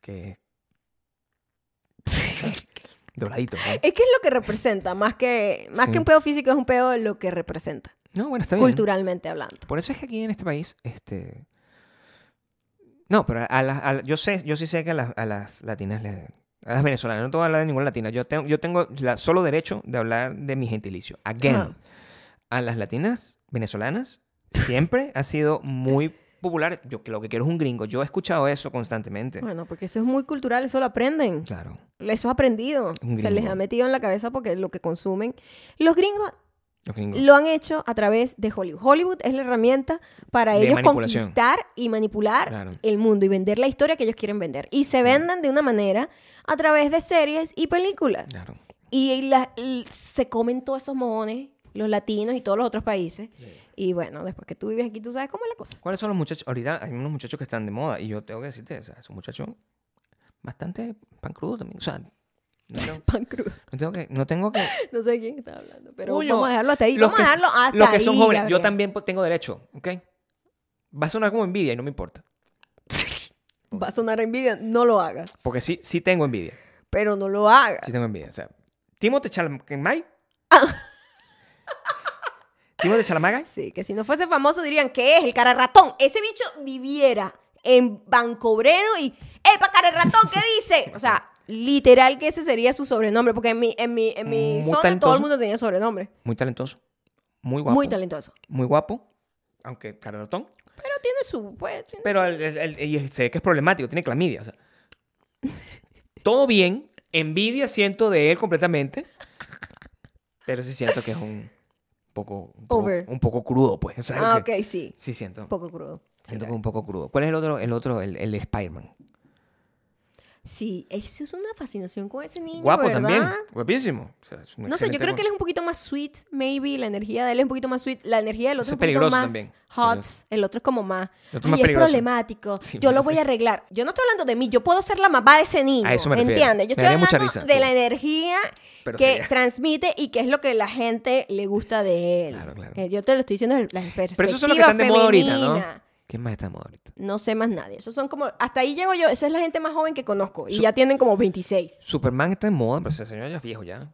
que... Doradito, ¿no?
Es que es lo que representa, más que, más
Sí.
que un pedo físico, es un pedo de lo que representa,
No, bueno, está bien.
culturalmente hablando.
Por eso es que aquí en este país, este... No, pero a las, a la- yo sé, yo sí sé que a las, a las latinas, le- a las venezolanas, no te voy a hablar de ninguna latina. Yo tengo, yo tengo la- solo derecho de hablar de mi gentilicio. Again,
Ajá.
a las latinas venezolanas siempre ha sido muy popular. Yo que lo que quiero es un gringo. Yo he escuchado eso constantemente.
Bueno, porque eso es muy cultural, eso lo aprenden.
Claro.
Eso es aprendido.
Un
Se les
gringo.
ha metido en la cabeza porque es lo que consumen. Los gringos
Los gringos.
lo han hecho a través de Hollywood. Hollywood es la herramienta para
De
ellos
manipulación.
conquistar y manipular
Claro.
el mundo y vender la historia que ellos quieren vender. Y se venden de una manera a través de series y películas.
Claro.
Y, la- l- se comen todos esos mojones, los latinos y todos los otros países. Y bueno, después que tú vives aquí, tú sabes cómo es la cosa.
¿Cuáles son los muchachos? Ahorita hay unos muchachos que están de moda y yo tengo que decirte, o sea, es un muchacho bastante pan crudo también. O sea, no tengo,
Pan crudo.
no tengo que... No tengo que
No sé de quién está hablando, pero
Coño,
vamos a dejarlo hasta ahí.
los
Vamos a
que-
dejarlo hasta
los que son
ahí,
jóvenes, yo
Gabriel.
también po- tengo derecho, ¿ok? Va a sonar como envidia y no me importa.
Va a sonar envidia, no lo hagas.
Porque sí, sí tengo envidia.
Pero no lo hagas.
Sí tengo envidia. O sea, Timote Chalamay. Timote Chalamagay.
Sí, que si no fuese famoso dirían que es el cara ratón. Ese bicho viviera en Bancobrero y ¡Epa, cara ratón! ¿Qué dice? O sea, literal que ese sería su sobrenombre, porque en mi, en mi, en mi
Muy
zona todo el
talentoso.
mundo tenía sobrenombre.
Muy talentoso. Muy guapo.
Muy talentoso.
muy guapo. Aunque cararotón.
Pero tiene su... Pues, tiene
Pero el- el- el- y sé que es problemático. Tiene clamidia. o sea. Todo bien. Envidia siento de él completamente. Pero sí siento que es un poco... Un poco,
Over.
un poco crudo, pues. O
su-
sea,
Ah,
que-
ok, sí.
Sí siento.
Un poco crudo.
Siento que es un poco crudo. ¿Cuál es el otro? El otro, el, el de Spider-Man.
Sí, eso es una fascinación con ese niño,
Guapo
¿verdad?
también. Guapísimo. O sea, es un
No sé, yo
excelente
creo que
guapo.
él es un poquito más sweet, maybe. La energía de él es un poquito más sweet. La energía del otro
Ese
es un
es
poquito
peligroso
más
también.
hot.
Peligroso.
El otro es como más.
El otro
"Ay,
más
es
peligroso".
problemático.
Sí,
yo
me
lo voy a
parece.
arreglar. Yo no estoy hablando de mí. Yo puedo ser la mamá de ese niño.
A eso me refiero.
¿Entiendes? Yo
Me
estoy
daría
hablando
mucha risa,
de
sí.
la energía
Pero
que
sería-
transmite y que es lo que la gente le gusta de él.
Claro, claro.
Eh, Yo te lo estoy diciendo desde la perspectiva
Pero eso es lo que están de moda ahorita, ¿no?
femenina.
¿Quién más está de moda ahorita?
No sé más nadie. Esos son como. Hasta ahí llego yo. Esa es la gente más joven que conozco. Y ya tienen como 26.
Superman está de moda, pero ese señor ya es viejo ya.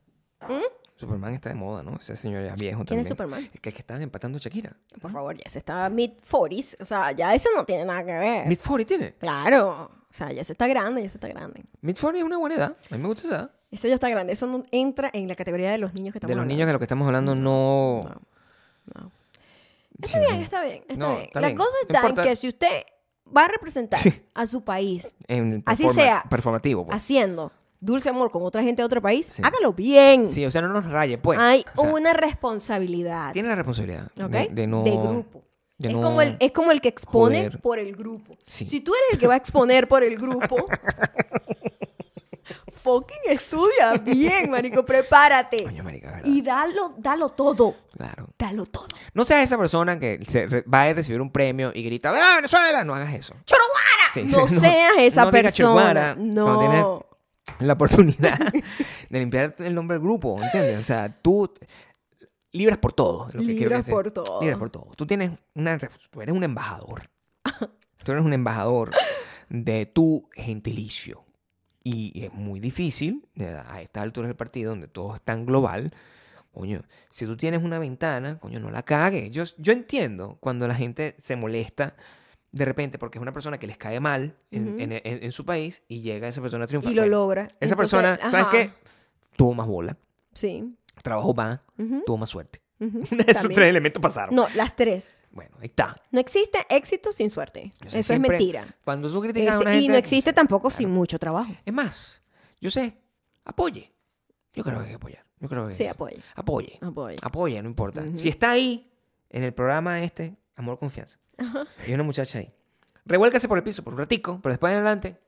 Superman está de moda, ¿no? Ese señor ya es viejo
¿Mm? ¿Quién
también.
es Superman?
El que, el que estaban empatando a Shakira.
Por favor, ya se está mid-40s. O sea, ya eso no tiene nada que ver.
Mid 40 tiene.
Claro. O sea, ya se está grande, ya se está grande.
Mid 40 es una buena edad. A mí me gusta esa edad.
Eso ya está grande. Eso no entra en la categoría de los niños que estamos
De los
hablando.
niños que lo que estamos hablando no.
No. Está bien, está bien, está
No,
bien.
está
la
bien.
cosa
No
está en
importa.
que si usted va a representar
Sí.
a su país
En
Así
performa-
sea.
Performativo. pues.
haciendo dulce amor con otra gente de otro país,
Sí.
hágalo bien.
Sí, o sea, no nos raye, pues.
Hay
O sea,
una responsabilidad.
Tiene la responsabilidad
¿ok?
de, de no.
grupo.
de
es,
no-
como el, es como el que expone
joder.
por el grupo.
Sí.
Si tú eres el que va a exponer por el grupo, fucking estudia bien, marico, prepárate.
Coño, marica, ¿verdad?
y dalo, dalo todo.
Claro.
Dalo todo.
No seas esa persona que se re- va a recibir un premio y grita, ¡Ah, Venezuela! No hagas eso.
¡Choroguara!
Sí,
no
sí, Ah, no-
seas esa
no digas
persona.
choroguara
No.
cuando tienes- La oportunidad de limpiar el nombre del grupo, ¿entiendes? O sea, tú libras por todo. es lo que quiero que
Libras
sea.
por todo.
Libras por todo. Tú, tienes una, re- tú eres un embajador. tú eres un embajador de tu gentilicio. Y es muy difícil, de verdad, a esta altura del partido, donde todo es tan global. Coño, si tú tienes una ventana, coño, no la cagues. Yo, yo entiendo cuando la gente se molesta de repente porque es una persona que les cae mal en,
Ujú.
en- en- en su país y llega esa persona a triunfar.
Y lo
Bueno,
logra.
esa
Entonces,
persona, ¿sabes
ajá,
qué? Tuvo más bola,
Sí.
trabajó más,
Ujú,
tuvo más suerte.
ujú,
Esos
también.
tres elementos pasaron.
No, las tres.
Bueno, ahí está.
No existe éxito sin suerte.
Yo sé,
Eso
siempre-
es mentira.
Cuando tú criticas a
Este,
una
y
gente...
no existe tampoco sin mucho trabajo.
Es más, yo sé, apoye. Yo creo que hay que apoyar. Yo creo que
Sí, apoya.
apoye.
Apoya.
Apoya, no importa. Si está ahí, en el programa este, Amor Confianza, hay una muchacha ahí. Revuélcase por el piso por un ratico, pero después en adelante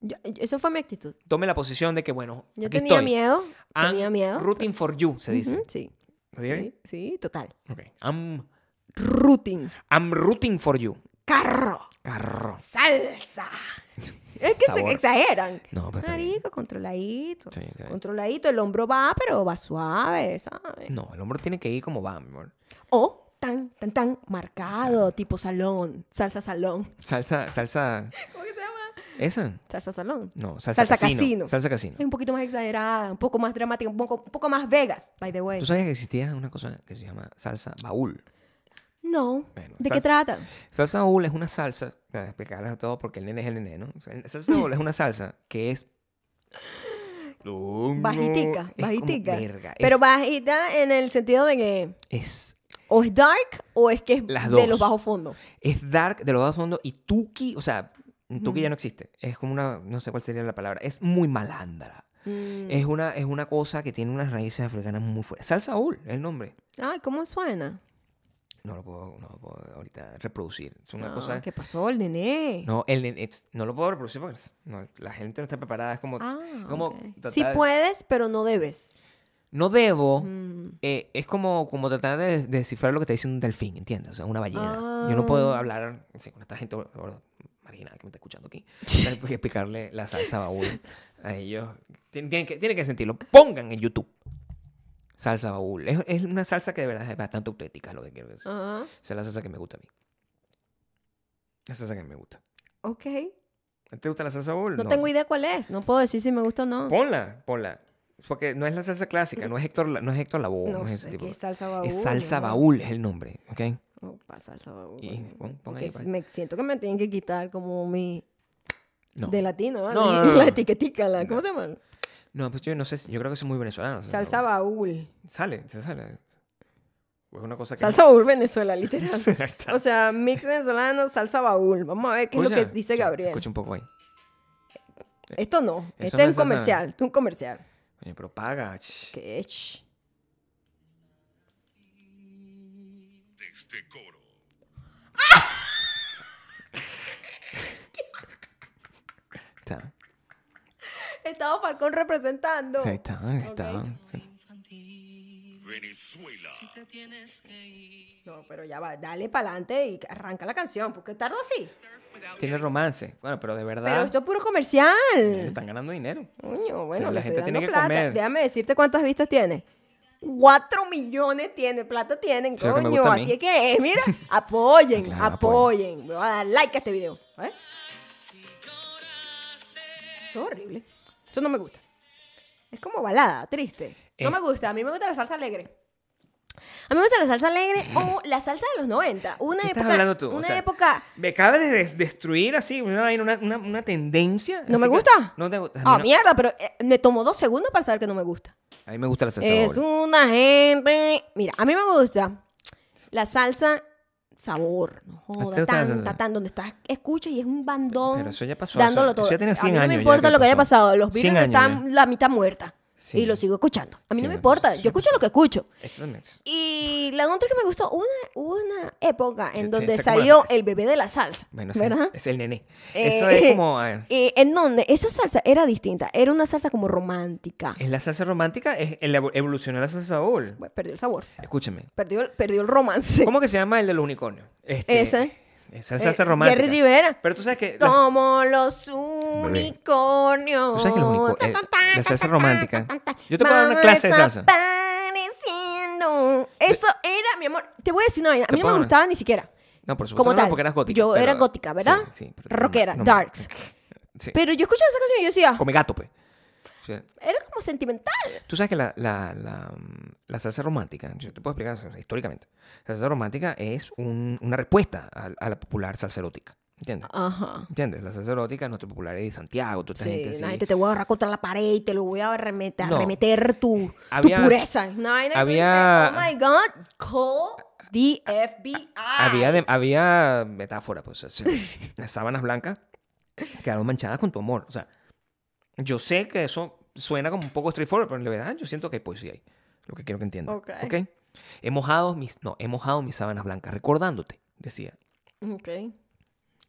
Yo- yo- eso fue mi actitud.
tome la posición de que, bueno,
Yo
aquí
tenía
estoy.
miedo.
I'm
tenía miedo.
Rooting for you, Ah, se dice.
Ujú, sí,
¿Lo dije bien?
sí. Sí, total.
Ok. I'm,
Routing.
I'm rooting for you.
Carro.
Carro.
Salsa. Es que se
Sabor.
exageran.
No, pero está bien.
Marico, controladito.
Está bien, está bien.
Controladito, el hombro va, pero va suave, ¿sabes?
No, el hombro tiene que ir como va, mi amor.
O tan, tan, tan marcado, tipo salón, salsa salón.
Salsa, salsa.
¿Cómo que se llama?
¿Esa?
Salsa salón.
No, salsa,
Salsa
casino.
casino.
Salsa casino.
Es un poquito más exagerada, un poco más dramática, un poco, un poco más Vegas, by the way.
¿Tú sabías que existía una cosa que se llama salsa baúl?
No.
Bueno,
¿De
salsa-
qué trata?
Salsa baúl es una salsa, para explicarles a todos porque el nene es el nene, ¿no? O sea, el- Salsa baúl es una salsa que es... No, no,
Bajitica,
es como
bajitica.
verga, es-
Pero bajita en el sentido de que
es,
o es dark o es que es
Las
de
dos.
los bajos fondos.
es dark de lo más fondo y tuki, o sea, tuki ya no existe. Es como una, no sé cuál sería la palabra, es muy malandra.
Mm.
Es, una, es una cosa que tiene unas raíces africanas muy fuertes. Salsa baúl es el nombre.
Ay, ¿cómo suena?
No lo puedo, no lo puedo ahorita reproducir. Es una
Ah,
cosa...
¿Qué pasó, el nené?
No, el, el- es- no lo puedo reproducir porque es- no, la gente no está preparada. Es como...
Ah,
como
ok.
tratar
Sí
de-
puedes, pero no debes.
No debo...
Mm.
eh, es como, como tratar de, de descifrar lo que está diciendo un delfín, ¿entiendes? O sea, una ballena. Yo
Ah.
no puedo hablar sí, con esta gente or- marginal que me está escuchando aquí. Entonces, Hay que explicarle la salsa baúl a ellos. Tien- Tienen que, tienen que sentirlo. Pongan en YouTube. Salsa baúl. Es, es una salsa que de verdad es bastante auténtica, lo que quiero decir.
Ah,
Esa es la salsa que me gusta a mí. La salsa que me gusta.
ok.
¿Te gusta la salsa baúl?
No, tengo idea cuál es. No puedo decir si me gusta o no.
Ponla, ponla. Porque no es la salsa clásica, no es Héctor, La- no es Héctor Lavoe, no,
No
es ese
sé,
tipo.
¿qué es
Es,
salsa baúl?
salsa
mi amor?
baúl es el nombre, ¿ok?
Opa, salsa baúl.
Y
bueno,
pon- pon
porque
ahí, pues.
me siento que me tienen que quitar como mi...
No.
De latino, ¿vale?
No, no, no,
La
no.
etiquetica, la- ¿cómo se llama?
No, pues yo no sé, si- yo creo que soy muy venezolano.
Salsa baúl.
Sale, se sale. O Es una cosa que...
Salsa baúl Venezuela, literal.
Ahí está.
O sea, mix venezolano, salsa baúl. Vamos a ver qué es lo que
Escucha,
dice
escucha,
Gabriel.
Escucha un poco ahí.
Esto no.
Eso
Este es
no
un
es salsa.
comercial. Esto es un comercial.
Coño, pero paga. ch.
¿Qué? Ch.
Desde coro.
Está.
Estado Falcón representando.
Ahí está, ahí está. Sí.
Venezuela.
No, pero ya va. Dale para adelante y arranca la canción, porque tarda así.
Tiene romance. Bueno, pero de verdad...
Pero esto es puro comercial.
Están ganando dinero.
Coño, bueno,
la
le
gente
estoy
tiene
dando
que
plata.
comer.
Déjame decirte cuántas vistas tiene. 4 millones tiene, plata tienen,
Sí, lo que me
coño.
gusta a mí.
Así que, eh, mira, apoyen,
Claro,
apoyen. Me van a dar like a este video. ¿eh? Eso es horrible. Eso no me gusta. Es como balada, triste. No
Es-
me gusta. A mí me gusta la salsa alegre. A mí me gusta la salsa alegre o la salsa de los 90. Una
¿Qué
época.
estás hablando tú? O
Una
sea,
época.
Me acabas de des- destruir así una, vaina, una, una, una tendencia.
¿No me
así que-
gusta?
No te gusta. A mí,
Ah,
no-
mierda, pero eh, me tomó dos segundos para saber que no me gusta.
a mí me gusta la salsa de
Es
bola.
una gente. Mira, a mí me gusta la salsa sabor, no
te
joda,
gusta la
tan,
salsa?
tan, tan, donde estás, escuchas y es un bandón.
Pero eso ya pasó,
Dándolo
eso-
todo.
eso ya tiene 100
a mí no
años
me
ya
importa
que
lo que haya
pasó.
pasado, los
100
Beatles
años
están la mitad muerta.
Sí.
Y lo sigo escuchando. A mí
Sí,
no me
eso
importa, yo escucho lo que escucho.
Esto también es-
Y la otra que me gustó, una, una época en
Sí,
donde
esa como la-
salió el bebé de la salsa.
Bueno, sí,
¿verdad?
es el nené.
Eh,
Eso es como... eh,
eh, en donde esa salsa era distinta, era una salsa como romántica.
es la salsa romántica, es el evo- evolucionó la salsa de bola.
Bueno, Perdió el sabor.
Escúchame.
Perdió, el- perdió el romance.
¿Cómo que se llama el de los unicornios? Este,
Ese.
Esa salsa
Eh,
romántica.
Jerry Rivera.
Pero tú sabes que... la-
Como los unicornios.
¿Tú sabes que los unicornios-
Ta, ta,
eh,
ta,
la
ta,
salsa
ta,
romántica?
ta, ta, ta.
Yo te puedo dar una
Van
clase de salsa.
desapareciendo. Eso era, mi amor. Te voy a decir una vaina. A
Te
mí no me
puedo-
gustaba ni siquiera.
No, por supuesto.
Como
no,
tal.
Porque eras gótica.
Yo
pero-
era gótica, ¿verdad?
Sí, sí, pero-
Rockera,
no me-
darks.
Sí.
Pero yo escuchaba esa canción y yo decía,
Come gato, pues. O sea,
era como sentimental.
Tú sabes que la, la, la, mm, la salsa romántica, yo te puedo explicar o sea, históricamente, la salsa romántica es un- una respuesta a, a la popular salsa erótica.
Ah.
¿Entiendes?
Ajá.
¿Entiendes? La salsa erótica, nuestro popular es de Santiago, toda esta
Sí,
gente así.
la gente te voy a agarrar contra la pared y te lo voy a remeter,
No.
remeter tu, tu
Había-
pureza. Una vaina que tú
había-
dices, oh my God, call the FBI.
Había, de- había metáfora, pues. así. Las sábanas blancas quedaron manchadas con tu amor. O sea, yo sé que eso suena como un poco straightforward, pero en realidad yo siento que hay poesía ahí. Lo que quiero que entiendas.
Ok.
¿ok? He mojado mis, no, he mojado mis sábanas blancas recordándote, decía.
Ok,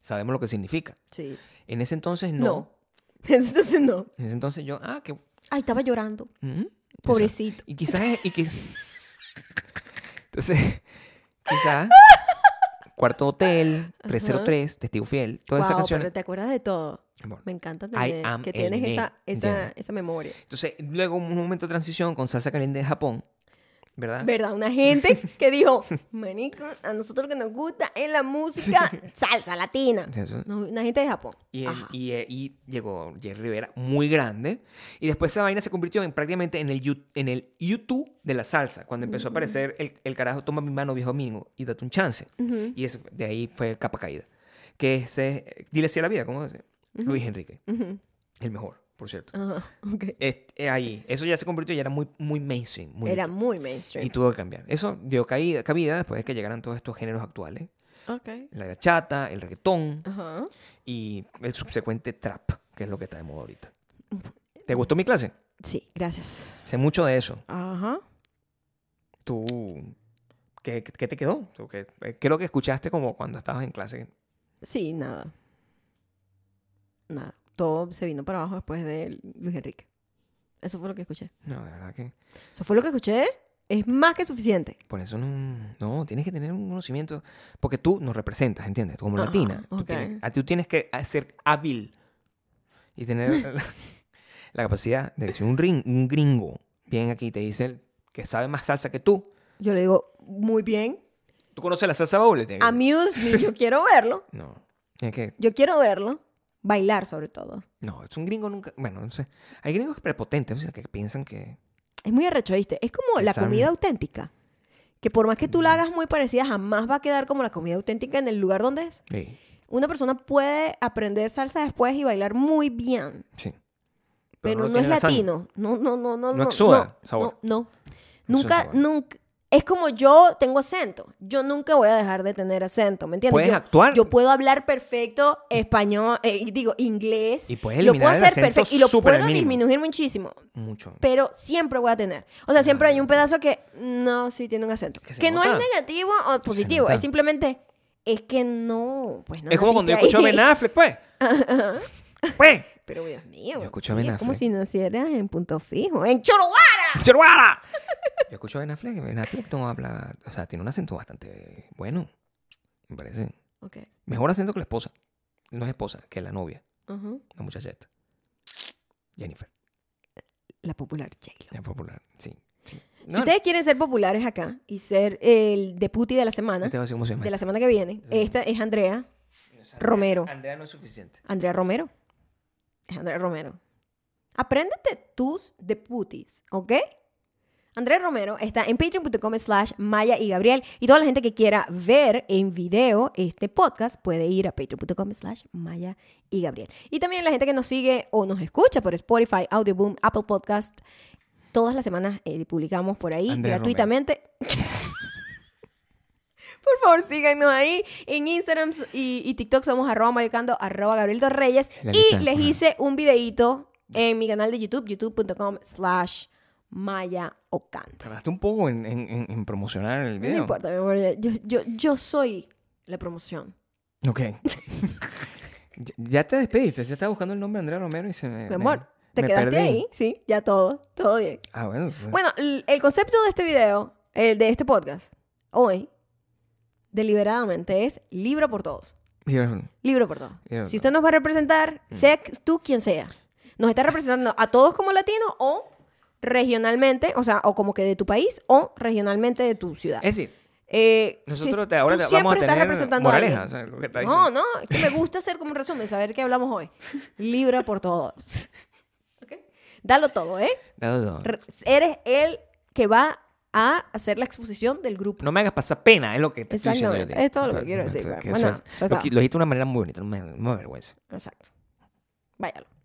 Sabemos lo que significa.
sí.
En ese entonces no.
No. Entonces no.
En ese entonces yo, ah, qué.
Ay, estaba llorando.
ujú, eso.
Pobrecito.
Y quizás. es- Y quiz- Entonces, quizás. Cuarto Hotel, 303, Testigo Fiel, todas esas
Wow, pero
canciones.
te acuerdas de todo.
Bueno.
Me encanta
I
tener,
am
que tienes
el
esa,
ne-
esa,
¿entiendes?
esa memoria.
Entonces, luego un momento de transición con salsa caliente de Japón, ¿verdad?
¿Verdad? Una gente que dijo, manico, a nosotros lo que nos gusta es la música salsa latina.
Eso.
No, una gente de Japón.
Y, el-
Ajá.
y, eh, y llegó Jerry Rivera, muy grande. Y después esa vaina se convirtió en prácticamente en el, Yu- en el YouTube de la salsa. Cuando empezó a aparecer el, el carajo, toma mi mano, viejo amigo, y date un chance. Y eso, fue- de ahí fue capa caída. Que ese, dile sí a la vida, ¿cómo se dice? Luis Enrique,
Ujú. Ah.
el mejor, por cierto.
Ajá, ok.
Este, ahí, eso ya se convirtió y era muy, muy mainstream. Muy
Era
mainstream.
muy mainstream.
y tuvo que cambiar. Eso dio caída, cabida después de que llegaran todos estos géneros actuales.
Ok.
La bachata, el reggaetón
Ajá.
y el subsecuente trap, que es lo que está de moda ahorita. ¿Te gustó mi clase?
Sí, gracias.
Sé mucho de eso.
Ajá.
¿Tú qué, qué te quedó? ¿Tú qué- eh, Creo que escuchaste como cuando estabas en clase.
Sí, nada. Nada. Todo se vino para abajo después de Luis Enrique. Eso fue lo que escuché.
No, de verdad que...
Eso fue lo que escuché. Es más que suficiente.
Por eso no... No, tienes que tener un conocimiento. Porque tú nos representas, ¿entiendes? Como
Ajá,
latina. Tú
ok.
tienes, a- tú tienes que ser hábil y tener la, la capacidad de decir un, ring, un gringo. Bien aquí te dice el que sabe más salsa que tú.
Yo le digo, muy bien.
¿Tú conoces la salsa baúl?
Amuse me. Yo quiero verlo.
No. Es que
Yo quiero verlo. Bailar, sobre todo.
No, es un gringo nunca. Bueno, no sé. Hay gringos prepotentes o sea, que piensan que.
Es muy arrecho, ¿viste? Es como la
Saben.
comida auténtica. Que por más que
Mm.
tú la hagas muy parecida, jamás va a quedar como la comida auténtica en el lugar donde es.
Sí.
Una persona puede aprender salsa después y bailar muy bien.
sí.
pero, no,
tiene
es
la sangre.
latino. No, no, no, no.
No exuda
no,
sabor.
No, no.
No
Nunca,
exuda sabor.
nunca. Es como yo tengo acento. Yo nunca voy a dejar de tener acento, ¿me entiendes?
Puedes
yo,
actuar.
Yo puedo hablar perfecto español, eh, digo, inglés.
Y puedes
Lo puedo
eliminar el
hacer
acento
perfecto. Y lo
súper al
puedo
mínimo.
disminuir muchísimo.
Mucho.
Pero siempre voy a tener. O sea, siempre hay un pedazo que no, sí tiene un acento.
Ah, Que
Que,
se
no es
nota.
negativo o positivo.
nota.
Es simplemente, es que no. Pues no
es como cuando yo escucho a Ben
venado.
Affleck, pues. pues.
Pero Dios mío.
Yo escucho a
sí,
Ben
Es como
Affleck.
si nacieras en punto fijo. ¡En Choroguara!
¡Cheruara! Yo escucho a Ben Affleck. Ben Affleck no habla. O sea, tiene un acento bastante bueno. Me parece.
Ok.
Mejor acento que la esposa. No es esposa, que la novia.
ujú.
La muchacha esta. Jennifer.
La popular j
La popular. Sí. sí.
si ustedes quieren ser populares acá y ser el deputy de la semana,
Este va a ser cómo se llama.
de la semana que viene, esta es Andrea. Romero.
Andrea no es suficiente.
Andrea Romero. Es Andrea Romero. Apréndete tus deputies, ¿ok? Andrea Romero está en patreon.com slash Maya y Gabriel. Y toda la gente que quiera ver en video este podcast puede ir a patreon.com slash Maya y Gabriel. Y también la gente que nos sigue o nos escucha por Spotify, Audioboom, Apple Podcast. Todas las semanas eh, publicamos por ahí
Andrea
gratuitamente. Por favor, síganos ahí. En Instagram y, y TikTok somos arroba mayocando, arroba Gabriel Torreyes.
La
Y
lista,
les
ajá.
hice un videíto en mi canal de YouTube, youtube.com slash mayaocando.
Tardaste un poco en, en- en- en promocionar el
No me
video.
importa, mi amor. Yo, yo, yo soy la promoción.
Ok. Ya- ya te despediste. Ya estaba buscando el nombre de Andrea Romero y se me...
Mi amor, ¿te
me
quedaste
perdí.
ahí? Sí, ya todo, todo bien.
Ah, bueno. sí.
Bueno, l- el concepto de este video, el de este podcast, hoy, deliberadamente es libro por todos.
Dios.
Libro por todo.
Libro por
Si usted nos va a representar,
Mm.
sea que- tú quien sea, nos está representando a todos como latinos o regionalmente, o sea, o como que de tu país o regionalmente de tu ciudad.
Es decir,
Eh,
nosotros
si-
te- ahora
tú
te- vamos
siempre
a
estás
tener
representando a
moraleja,
alguien.
o sea, lo que está
no,
diciendo.
no, es que me gusta hacer como un resumen, saber qué hablamos hoy. Libra por todos. ¿Ok? Dalo todo, ¿eh?
dado todo.
Re- eres el que va a hacer la exposición del grupo.
No me hagas pasar pena, es lo que te estoy diciendo. yo a ti.
Exactamente, es todo lo que quiero decir, pues.
Exacto,
bueno,
eso-
ya
lo,
está.
qui- lo dijiste de una manera muy bonita, no me, no me avergüenza.
Exacto. Váyalo.